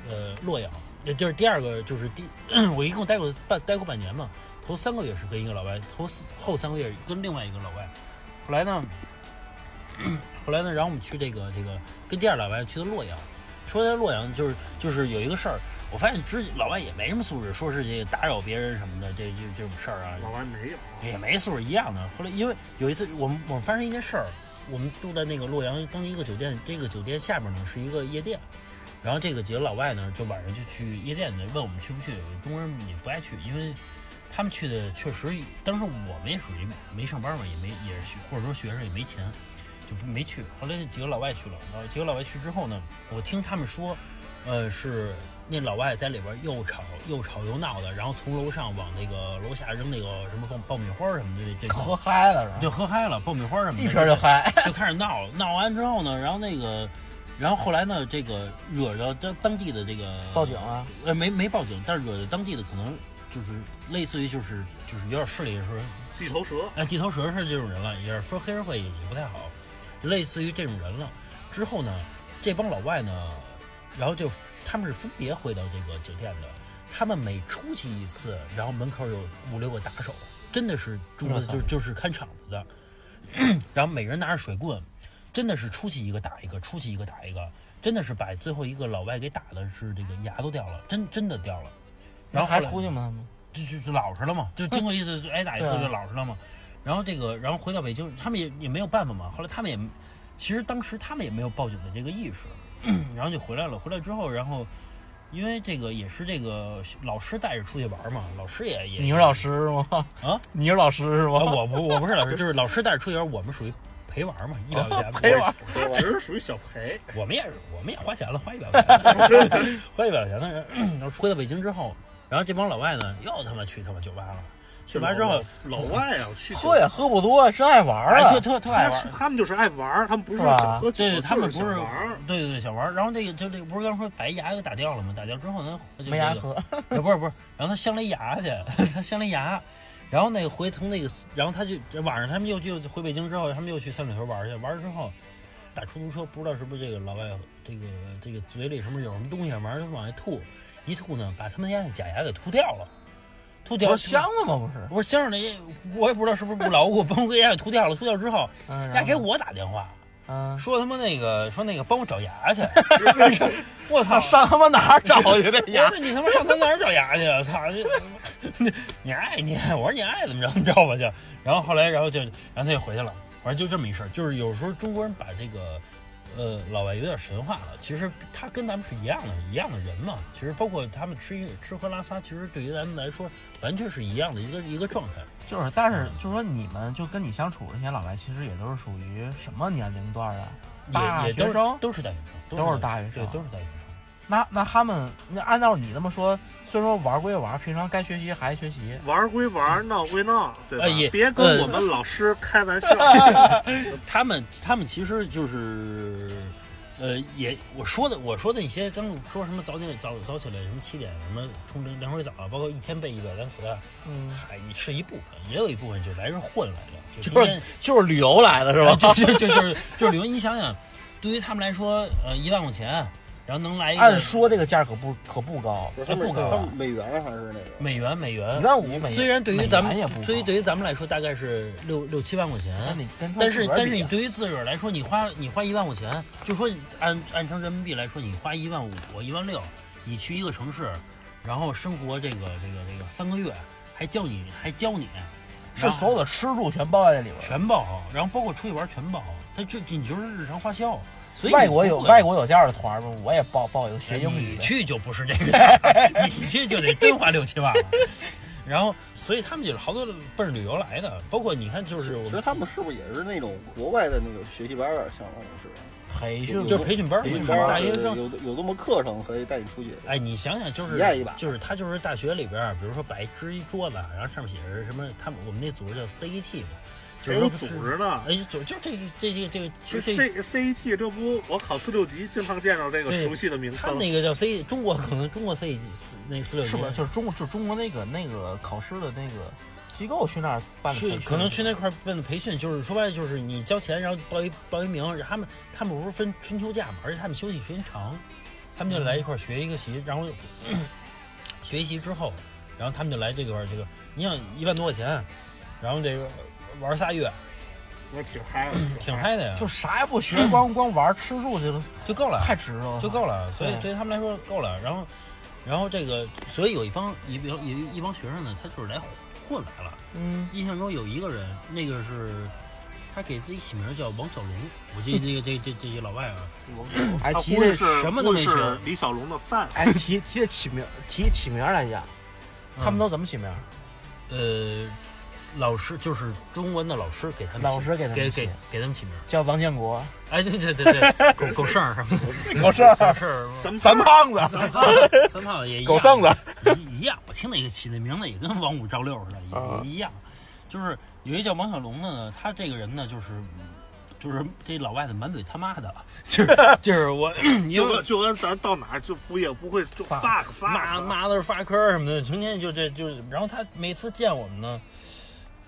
Speaker 2: 呃洛阳，也就是第二个就是第 *clears throat* 我一共待过半待过半年嘛，头三个月是跟一个老外，头四后三个月跟另外一个老外，后来呢，后来呢，然后我们去这个这个跟第二老外去的洛阳，说在洛阳就是就是有一个事儿。我发现之老外也没什么素质，说是这个打扰别人什么的，这这这种事儿啊，
Speaker 3: 老外没有，
Speaker 2: 也没素质一样的。后来因为有一次我们我们发生一件事儿，我们住在那个洛阳当地一个酒店，这个酒店下面呢是一个夜店，然后这个几个老外呢就晚上就去夜店问我们去不去，中国人也不爱去，因为他们去的确实，当时我们也属于没上班嘛，也没也是学或者说学生也没钱，就不没去。后来几个老外去了，然后几个老外去之后呢，我听他们说，呃，是那老外在里边又吵又吵又闹的，然后从楼上往那个楼下扔那个什么爆爆米花什么的，这
Speaker 1: 喝嗨了是吧？
Speaker 2: 就喝嗨了，爆米花什么的，
Speaker 1: 一瓶就嗨，
Speaker 2: 就开始闹了。闹完之后呢，然后那个，然后后来呢，这个惹着当当地的这个
Speaker 1: 报警，了。
Speaker 2: 呃，没没报警，但是惹着当地的可能就是类似于就是就是有点势力的时候，
Speaker 3: 地
Speaker 2: *laughs*
Speaker 3: 头蛇，
Speaker 2: 哎，地头蛇是这种人了，也是说黑社会也不太好，类似于这种人了。之后呢，这帮老外呢，然后就他们是分别回到这个酒店的，他们每出去一次，然后门口有五六个打手，真的是中国的
Speaker 1: 我操
Speaker 2: 就是就是看场子的， *clears throat* 然后每人拿着水棍，真的是出去一个打一个，出去一个打一个，真的是把最后一个老外给打的是这个牙都掉了，真真的掉了。然后
Speaker 1: 还
Speaker 2: 后来
Speaker 1: 出去吗？
Speaker 2: 就就就老实了嘛，就经过一次就挨打一次
Speaker 1: 对啊
Speaker 2: 就老实了嘛。然后这个，然后回到北京，他们也也没有办法嘛。后来他们也，其实当时他们也没有报警的这个意识，然后就回来了。回来之后，然后因为这个也是这个老师带着出去玩嘛，老师也也
Speaker 1: 你是老师是吗？
Speaker 2: 啊，
Speaker 1: *laughs* 你是老师是
Speaker 2: 啊，
Speaker 1: 吗？
Speaker 2: 我不我不是老师，就是老师带着出去玩，我们属于陪玩嘛，一百块钱
Speaker 1: *laughs* 陪玩，
Speaker 3: 我这是属于小陪，
Speaker 2: 我们也是，我们也花钱了，花一百块钱， *laughs* 花一百块钱呢。然后回到北京之后，然后这帮老外呢又他妈去他妈酒吧了， *laughs* 去完之后。
Speaker 3: 老外啊，
Speaker 2: *laughs*
Speaker 3: 去
Speaker 1: 喝也喝不多，是爱玩儿
Speaker 2: 哎，
Speaker 1: 啊
Speaker 2: 特。特特爱
Speaker 3: 他
Speaker 2: 玩
Speaker 3: 是，他们就是爱玩儿，他们不是
Speaker 1: 是吧
Speaker 3: 想喝酒，
Speaker 2: 对对，他们
Speaker 3: 就是
Speaker 2: 不是
Speaker 3: 想玩儿，
Speaker 2: 对对对想玩儿。然后这个就这个不是刚说白牙给打掉了吗？打掉之后呢，就
Speaker 1: 没
Speaker 2: 这
Speaker 1: 牙
Speaker 2: 个
Speaker 1: 喝，
Speaker 2: 呃不是不是，然后他镶了一牙去， *laughs* 他镶了一牙，然后那个回从那个，然后他就晚上他们又就回北京之后，他们又去三里屯玩儿去，玩儿之后打出租车，不知道是不是这个老外这个这个嘴里什么有什么东西，完了就往外吐，一吐呢，把他们家的假牙给吐掉了，吐掉
Speaker 1: 不
Speaker 2: 了
Speaker 1: 是香了吗？不是，
Speaker 2: 不是镶上的，我也不知道是不是不牢固， *laughs* 把我给牙给吐掉了，吐掉之后，
Speaker 1: 嗯，然
Speaker 2: 丫
Speaker 1: 后
Speaker 2: 给我打电话。
Speaker 1: 嗯，
Speaker 2: 说他妈那个，说那个帮我找牙去，我操！
Speaker 1: *laughs* 上他妈哪儿找去这
Speaker 2: 我
Speaker 1: 牙？
Speaker 2: 说你他妈上他那儿找牙去，操！你你爱你，我说你爱怎么着怎么着吧就。然后后来，然后就，然后他就回去了。反正就这么一事儿，就是有时候中国人把这个，呃，老外有点神化了。其实他跟咱们是一样的，一样的人嘛。其实包括他们吃吃喝拉撒，其实对于咱们来说，完全是一样的一个一个状态。
Speaker 1: *laughs* 就是，但是就是说你们就跟你相处那些老外，其实也都是属于什么年龄段啊？大
Speaker 2: 也也
Speaker 1: 学
Speaker 2: 都是
Speaker 1: 生
Speaker 2: 都是大学生，
Speaker 1: 都
Speaker 2: 都
Speaker 1: 是大学生
Speaker 2: 对，都是大学生。
Speaker 1: 那那他们那按照你这么说，虽说玩归玩，平常该学习还学习，
Speaker 3: 玩儿归玩儿，闹归闹，对吧
Speaker 2: 哎也？
Speaker 3: 别跟我们老师
Speaker 2: *laughs*
Speaker 3: 开玩笑。
Speaker 2: 他们他们其实就是，呃，也我说的我说的一些，刚说什么早点早早起来，什么七点，什么冲凉凉水澡，啊包括一天背一百单词啊，
Speaker 1: 嗯，
Speaker 2: 还是一部分，也有一部分就来这儿混来的，就
Speaker 1: 就
Speaker 2: 啊
Speaker 1: 是哎就是旅游来的是吧？ *laughs*
Speaker 2: 就是就就是就是比如你想想，对于他们来说，呃，一万块钱，然后能来一个
Speaker 1: 按说这个价可不可不高，
Speaker 4: 不是他
Speaker 2: 不
Speaker 4: 们
Speaker 2: 高啊
Speaker 4: 他们美元还是那个？
Speaker 2: 美元美元
Speaker 1: 一，万五美，
Speaker 2: 虽然对于咱
Speaker 1: 美元也不
Speaker 2: 们，
Speaker 1: 高
Speaker 2: 所以对于咱们来说大概是六六七万块钱，
Speaker 1: 那你跟他
Speaker 2: 但是
Speaker 1: 自个儿
Speaker 2: 但是
Speaker 1: 比
Speaker 2: 你
Speaker 1: 啊
Speaker 2: 对于自个儿来说，你花你花一万块钱，就说你按按成人民币来说，你花一万五或一万六，你去一个城市，然后生活这个这个这个三个月，还教你还教你，
Speaker 1: 是所有的吃住啊全包在里边儿。
Speaker 2: 全包，然后包括出去玩全包，它就就你就是日常花销。所以
Speaker 1: 外国有外
Speaker 2: 国
Speaker 1: 国有这样的团儿吗？我也报报一个学英语
Speaker 2: 你
Speaker 1: 的。
Speaker 2: 去就不是这个价儿，你去就得真花六七万了。然后，所以他们就是好多奔着旅游来的，包括你看，就是我们
Speaker 4: 其实他们是不是也是那种国外的那个学习班儿啊？相当于是
Speaker 1: 培训
Speaker 2: 就是培训班儿嘛，
Speaker 4: 培训班
Speaker 2: 班
Speaker 4: 儿
Speaker 2: 大学
Speaker 4: 对
Speaker 2: 生
Speaker 4: 有有这么课程可以带你出去。
Speaker 2: 哎，你想想，就是
Speaker 4: 体验一把
Speaker 2: 就是他就是大学里边儿，比如说摆一支一桌子，然后上面写着什么，他们我们那组织叫 CET 嘛，就
Speaker 3: 还
Speaker 2: 是
Speaker 3: 有
Speaker 2: 说
Speaker 3: 组，织呢。
Speaker 2: 哎，组就这这这这个，其
Speaker 3: 这
Speaker 2: 实这
Speaker 3: C C E T 这不，我考四六级经常见着这个
Speaker 2: 对
Speaker 3: 熟悉的名
Speaker 2: 他
Speaker 3: 称
Speaker 2: 们。那个叫 C，中国可能中国 C 四那四六级
Speaker 1: 是不是就是中就中国那个那个考试的那个机构去那儿办的培
Speaker 2: 去
Speaker 1: 训？
Speaker 2: 可能去那块儿办的培训，就是说白了就是你交钱，然后报一报一名，他们他们不是分春秋假嘛，而且他们休息时间长，他们就来一块儿学一个习，然后 *clears throat* 学习之后，然后他们就来这块儿这个，你想一万多块钱，然后这个玩仨月，
Speaker 3: 我挺嗨的，
Speaker 2: 挺嗨的呀，
Speaker 1: 就啥也不学，光光玩儿吃住去了，
Speaker 2: 就够了，
Speaker 1: 太值了。
Speaker 2: 啊就够了，所以
Speaker 1: 对
Speaker 2: 对于他们来说够了。然后，然后这个，所以有一帮一有有一帮学生呢，他就是来混来了。
Speaker 1: 嗯，
Speaker 2: 印象中有一个人，那个是他给自己起名叫王小龙，我记得这个这这这些老外啊，
Speaker 1: 还
Speaker 3: 他
Speaker 1: 哎提
Speaker 3: 估计
Speaker 1: 这
Speaker 3: 是
Speaker 2: 什么都没
Speaker 3: 估计是
Speaker 2: 学
Speaker 3: 李小龙的 fans，
Speaker 1: 哎提提这起名提起名儿来讲，他们都怎么起名儿？
Speaker 2: 呃，老师就是中文的老师给他们
Speaker 1: 老
Speaker 2: 起
Speaker 1: 师给他
Speaker 2: 给
Speaker 1: 们起
Speaker 2: 给
Speaker 1: 名
Speaker 2: 给他们起名，
Speaker 1: 叫王建
Speaker 2: *laughs*
Speaker 1: 国，
Speaker 2: 哎，对对对对，狗狗剩
Speaker 1: *laughs*
Speaker 2: 儿什么的，
Speaker 1: 搞事儿
Speaker 2: 狗剩儿。
Speaker 3: 咱
Speaker 1: 三胖
Speaker 2: *laughs*
Speaker 1: 子，
Speaker 2: 三三三胖也一样
Speaker 1: 狗剩子，
Speaker 2: 一一样，我听那个起的名字也跟王五赵六似的，也一样。就是有一叫王小龙的呢，他这个人呢，就是嗯就是这老外怎么满嘴他妈的，就是就是我因
Speaker 3: 就
Speaker 2: 为
Speaker 3: 跟就跟咱到哪儿就不也不会就 fuck
Speaker 2: 骂
Speaker 3: fuck，
Speaker 2: 骂的发科什么的，成天就这就是，然后他每次见我们呢，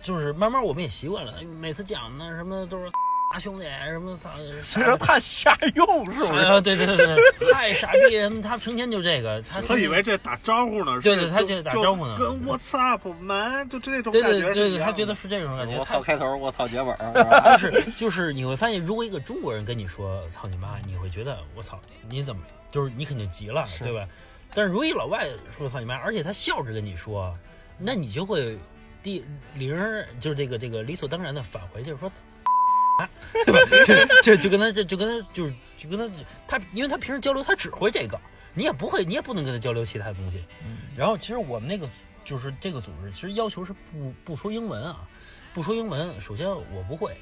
Speaker 2: 就是慢慢我们也习惯了，每次见我们呢什么都是大兄弟什么操，
Speaker 5: 这是太瞎用是不
Speaker 1: *laughs*
Speaker 5: 是？
Speaker 2: 啊对对对对，太傻逼什么，他成天就这个，他
Speaker 3: 他以为这打招呼呢，
Speaker 2: 对
Speaker 3: 是
Speaker 2: 对他
Speaker 3: 就
Speaker 2: 觉得打
Speaker 3: 就
Speaker 2: 招呼呢
Speaker 3: 跟 What's up man 就这种
Speaker 2: 对
Speaker 3: 感
Speaker 2: 对
Speaker 3: 觉
Speaker 2: 对
Speaker 3: 是一
Speaker 2: 对，
Speaker 3: 样的，
Speaker 2: 他觉得是这种感觉，
Speaker 4: 我
Speaker 2: 他
Speaker 4: 操开头，我操结尾儿，是吧
Speaker 2: 就是就是你会发现，如果一个中国人跟你说“操你妈”，你会觉得“我操你怎么”，就是你肯定急了，对吧？但是如果一老外说“操你妈”，而且他笑着跟你说，那你就会第零就是这个这个理所当然的返回，就是说。啊，对吧？ *laughs* 就就就跟他这就跟他就是就跟他他，因为他平时交流他只会这个，你也不会，你也不能跟他交流其他的东西。然后其实我们那个就是这个组织，其实要求是不不说英文啊，不说英文。首先我不会，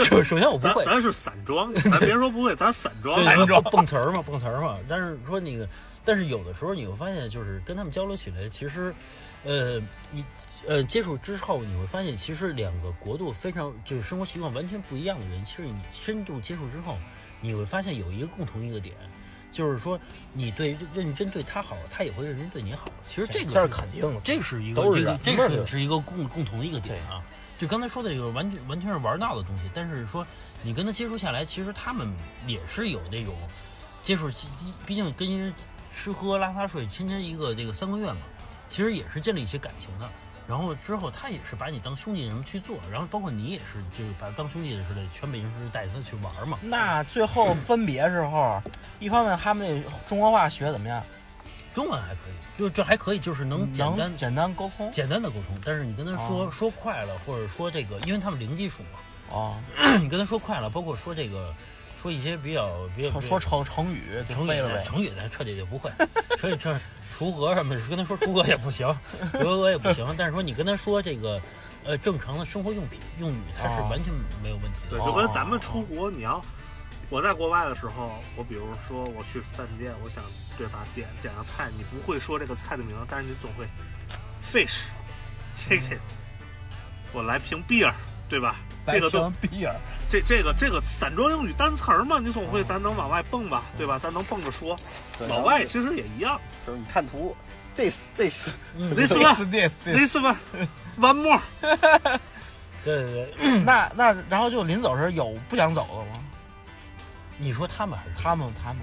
Speaker 2: *laughs* 首首先我不
Speaker 3: 咱
Speaker 2: 会，
Speaker 3: 咱是散装，咱别说不会，咱散装，
Speaker 2: 对
Speaker 5: 散装
Speaker 2: 蹦蹦词儿嘛，蹦词儿嘛。但是说那个，但是有的时候你会发现，就是跟他们交流起来，其实，呃，你呃接触之后，你会发现，其实两个国度非常就是生活习惯完全不一样的人，其实你深度接触之后，你会发现有一个共同一个点。就是说，你对认真对他好，他也会认真对你好。其实这个
Speaker 1: 这是
Speaker 2: 是
Speaker 1: 肯定的，
Speaker 2: 这是一个，
Speaker 1: 都是
Speaker 2: 这个
Speaker 1: 人
Speaker 2: 这
Speaker 1: 味儿
Speaker 2: 是
Speaker 1: 的
Speaker 2: 是一个共共同的一个点啊。就刚才说的这个，完全完全是玩闹的东西，但是说你跟他接触下来，其实他们也是有那种接触，毕竟跟人吃喝拉撒睡，天天一个这个三个月嘛，其实也是建立一些感情的。然后之后他也是把你当兄弟什么去做，然后包括你也是就是把他当兄弟似的，全北京市带着他去玩嘛。
Speaker 1: 嗯
Speaker 5: 那最后分别时候，一方面他们那中国话学怎么样？
Speaker 2: 中文还可以，就这还可以，就是能
Speaker 1: 嗯
Speaker 2: 简单
Speaker 5: 能简单沟通
Speaker 2: 简单的沟通，但是你跟他说、说快了，或者说这个，因为他们零基础嘛，
Speaker 5: 哦，
Speaker 2: 你跟他说快了，包括说这个，说一些比较比较
Speaker 5: 说成成语就
Speaker 2: 成语
Speaker 5: 废了呗。
Speaker 2: 成语的彻底就不会，所以这锄禾什么的，跟他说锄禾也不行，锄禾也不行，但是说你跟他说这个，呃，正常的生活用品用语，它是
Speaker 5: 哦
Speaker 2: 完全没有问题的。哦
Speaker 3: 对，就跟咱们出国，你要我在国外的时候，我比如说我去饭店，我想对吧，点点个菜，你不会说这个菜的名字，但是你总会 fish
Speaker 5: 嗯
Speaker 3: chicken，我来瓶 beer，对吧？这个都
Speaker 5: 白啊瓶比尔，
Speaker 3: 这这个这个散装英语单词儿嘛，你总
Speaker 5: 哦
Speaker 3: 会咱能往外蹦吧，对吧？咱能蹦着说，
Speaker 4: 对
Speaker 3: 老外其实也一样。
Speaker 4: 就是你看图，this this，
Speaker 2: 嗯，
Speaker 3: This
Speaker 5: 这
Speaker 3: one,
Speaker 5: 是 this this。*laughs*
Speaker 3: this one, one more。
Speaker 2: 对对对，
Speaker 5: *laughs* 那那然后就临走时有不想走的吗？
Speaker 2: 你说他们还是
Speaker 5: 他们他们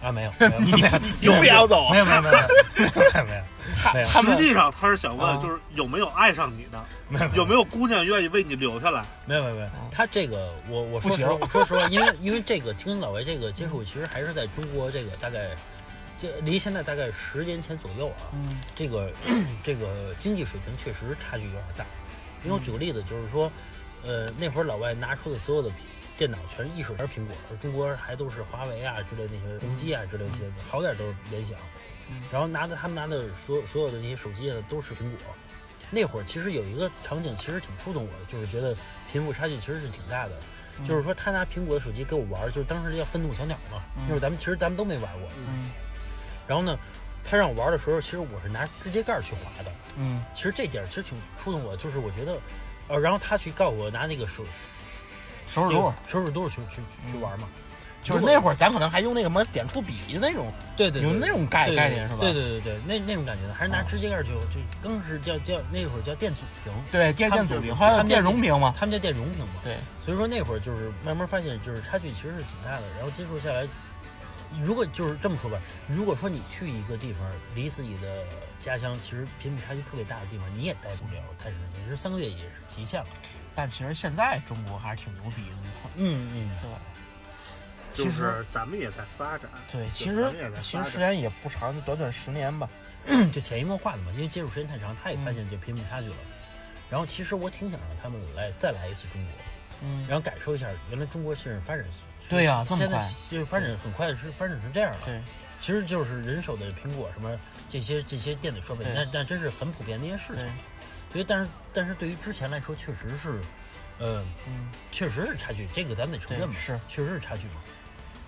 Speaker 2: 他啊？没有，没有，没有
Speaker 5: 有不想走啊
Speaker 2: 没有，没有，没有，没有，没有，没有，
Speaker 5: 他们
Speaker 3: 实际上他是想
Speaker 5: 啊
Speaker 3: 问，就是有没有爱上你的，
Speaker 2: 没有，
Speaker 3: 有没有姑娘愿意为你留下来？
Speaker 2: 没有没有没有，他这个我我
Speaker 5: 哦不
Speaker 2: 说实
Speaker 5: 行
Speaker 2: 话，说实话，因为 *laughs* 因为这个跟老外这个接触，其实还是在中国这个大概，这离现在大概十年前左右啊，
Speaker 5: 嗯
Speaker 2: 这个这个经济水平确实差距有点大。因为我举个例子，就是说，呃，那会儿老外拿出的所有的电脑全是一手全是苹果，而中国还都是华为啊之类那些宏基啊之类那些，好点都是联想
Speaker 5: 嗯。
Speaker 2: 然后拿的他们拿的所所有的那些手机啊都是苹果。那会儿其实有一个场景，其实挺触动我的，就是觉得贫富差距其实是挺大的。就是说，他拿苹果的手机跟我玩儿，就是当时叫愤怒小鸟嘛。那会儿咱们其实咱们都没玩过。
Speaker 5: 嗯
Speaker 2: 然后呢，他让我玩的时候，其实我是拿指甲盖儿去划的。
Speaker 5: 嗯
Speaker 2: 其实这点儿其实挺触动我，就是我觉得，呃，然后他去告我拿那个手
Speaker 5: 手指
Speaker 2: 这
Speaker 5: 肚
Speaker 2: 个，手指肚嗯去去去去玩嘛，
Speaker 5: 就是那会儿咱可能还用那个什么点触笔那种，
Speaker 2: 对对
Speaker 5: 有那种概
Speaker 2: 对对
Speaker 5: 概念是吧？
Speaker 2: 对对对对，啊那那种感觉的，还是拿指甲盖儿去，就更是叫叫那会儿叫电阻屏，
Speaker 5: 对电
Speaker 2: 他
Speaker 5: 电
Speaker 2: 们
Speaker 5: 阻
Speaker 2: 就
Speaker 5: 屏，
Speaker 2: 是
Speaker 5: 后来
Speaker 2: 他
Speaker 5: 有
Speaker 2: 们
Speaker 5: 电
Speaker 2: 就
Speaker 5: 容屏嘛。
Speaker 2: 他们叫电容屏嘛。
Speaker 5: 对，
Speaker 2: 所以说那会儿就是慢慢发现，就是差距其实是挺大的。然后接触下来，如果就是这么说吧，如果说你去一个地方，离自己的家乡其实贫富差距特别大的地方，你也待不了太长时间，其实三个月也是极限了。
Speaker 5: 但其实现在中国还是挺牛逼的，
Speaker 2: 嗯嗯，
Speaker 5: 对吧？
Speaker 3: 就
Speaker 5: 其实
Speaker 3: 是咱们也在发展，
Speaker 5: 对，
Speaker 3: 就
Speaker 5: 其
Speaker 3: 咱
Speaker 5: 实
Speaker 3: 们也在
Speaker 5: 其实
Speaker 3: 发展
Speaker 5: 时间也不长，就短短十年吧。
Speaker 2: *clears throat* 就潜移默化的嘛，因为接触时间太长，他也
Speaker 5: 嗯
Speaker 2: 发现这贫富差距了。然后其实我挺想让他们来再来一次中国，
Speaker 5: 嗯，
Speaker 2: 然后感受一下原来中国现在发展是。
Speaker 5: 对呀这么
Speaker 2: 现在
Speaker 5: 快
Speaker 2: 就是发展很快，是发展成这样了。
Speaker 5: 对，
Speaker 2: 其实就是人手的苹果什么这些这些电子设备
Speaker 5: 对，
Speaker 2: 那那真是很普遍的一些事
Speaker 5: 对
Speaker 2: 情。，所以，但是但是对于之前来说，确实是，呃，
Speaker 5: 嗯，
Speaker 2: 确实是差距，这个咱们得承认嘛
Speaker 5: 对，是
Speaker 2: 确实是差距嘛。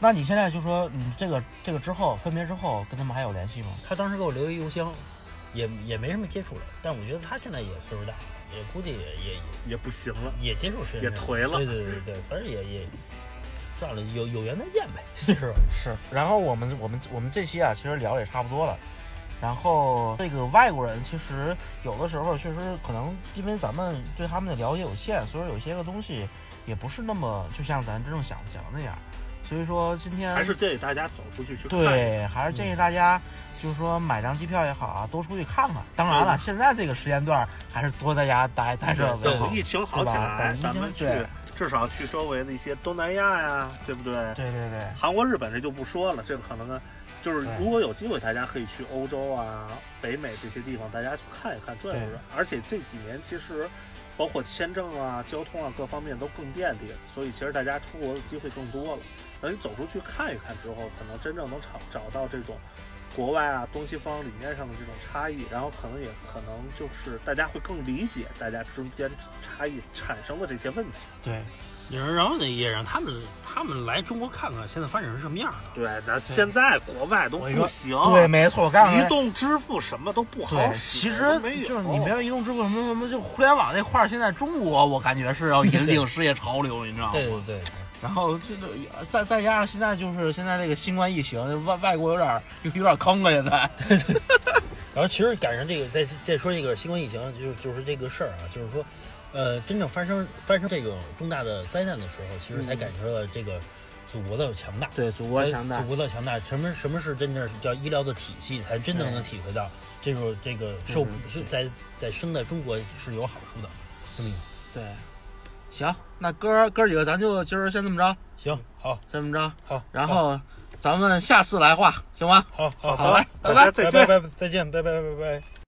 Speaker 5: 那你现在就说，嗯，这个这个之后分别之后跟他们还有联系吗？
Speaker 2: 他当时给我留一邮箱，也也没什么接触了，但我觉得他现在也岁数大了，也估计也也
Speaker 3: 也不行了。
Speaker 2: 也接受时间
Speaker 3: 也
Speaker 2: 长
Speaker 3: 颓了
Speaker 2: 对对对对，
Speaker 5: *laughs*
Speaker 2: 反正也也算了，有有缘再见呗，是吧？
Speaker 1: 是，然后我们我们我们这期啊，其实聊的也差不多了。然后这个外国人其实有的时候确实可能因为咱们对他们的了解有限，所以有些个东西也不是那么就像咱真正想想的那样。所以说今天
Speaker 3: 还是建议大家走出去去看一看。
Speaker 1: 对，还是建议大家就是说买张机票也好啊，多出去看看。当然了，现在这个时间段儿还是多在家待待着为好
Speaker 3: 等。疫情好起
Speaker 1: 对吧
Speaker 3: 来
Speaker 1: 等，疫
Speaker 3: 咱
Speaker 1: 情
Speaker 3: 们去
Speaker 1: 对
Speaker 3: 至少去周围的一些东南亚呀，对不对？
Speaker 1: 对对对，
Speaker 3: 韩国、日本这就不说了，这个可能就是
Speaker 1: 对
Speaker 3: 如果有机会，大家可以去欧洲啊、北美这些地方，大家去看一看、转悠转。而且这几年其实包括签证啊、交通啊各方面都更便利，所以其实大家出国的机会更多了。等你走出去看一看之后，可能真正能找找到这种国外啊东西方理念上的这种差异，然后可能也可能就是大家会更理解大家中间差异产生的这些问题。
Speaker 1: 对，
Speaker 2: 然后呢，也让他们他们来中国看看现在发展成什么样了。
Speaker 3: 对，那现在国外都
Speaker 1: 我跟你说
Speaker 3: 不行，
Speaker 1: 对，没错，我告诉你
Speaker 3: 移。动支付什么都不好
Speaker 1: 对，
Speaker 3: 使，
Speaker 1: 其实
Speaker 3: 都没有
Speaker 1: 就是你没有移动支付什么什么，就互联网那块儿，现在中国我感觉是要引领世界潮流，你知道吗？
Speaker 2: 对对对，
Speaker 1: 然后这个再再加上现在就是现在这个新冠疫情，外外国有点儿有有点儿坑啊，现在。 *laughs*
Speaker 2: 然后其实赶上这个，再再说这个新冠疫情，就是就是这个事儿啊，就是说，呃，真正发生发生这种重大的灾难的时候，其实才感受到这个祖国的强大。
Speaker 1: 对，祖
Speaker 2: 才祖国的强大，什么什么是真正叫医疗的体系，才真正能体会到这种这个受
Speaker 1: 嗯
Speaker 2: 是在在生在中国是有好处的。嗯，
Speaker 1: 对，行，那哥儿哥儿几个，咱就今儿先这么着，
Speaker 2: 行，好，
Speaker 1: 先这么着，
Speaker 2: 好，
Speaker 1: 然后咱们下次来话，行吗？
Speaker 2: 好，好，
Speaker 1: 好嘞，拜拜
Speaker 3: 大家。再见。
Speaker 2: 拜拜，再见，拜拜，拜拜。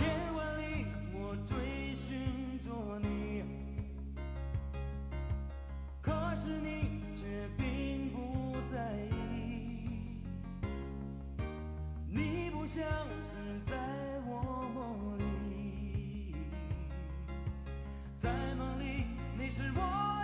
Speaker 6: 夜晚里，我追寻着你，可是你却并不在意。你不像是在我梦里，在梦里你是我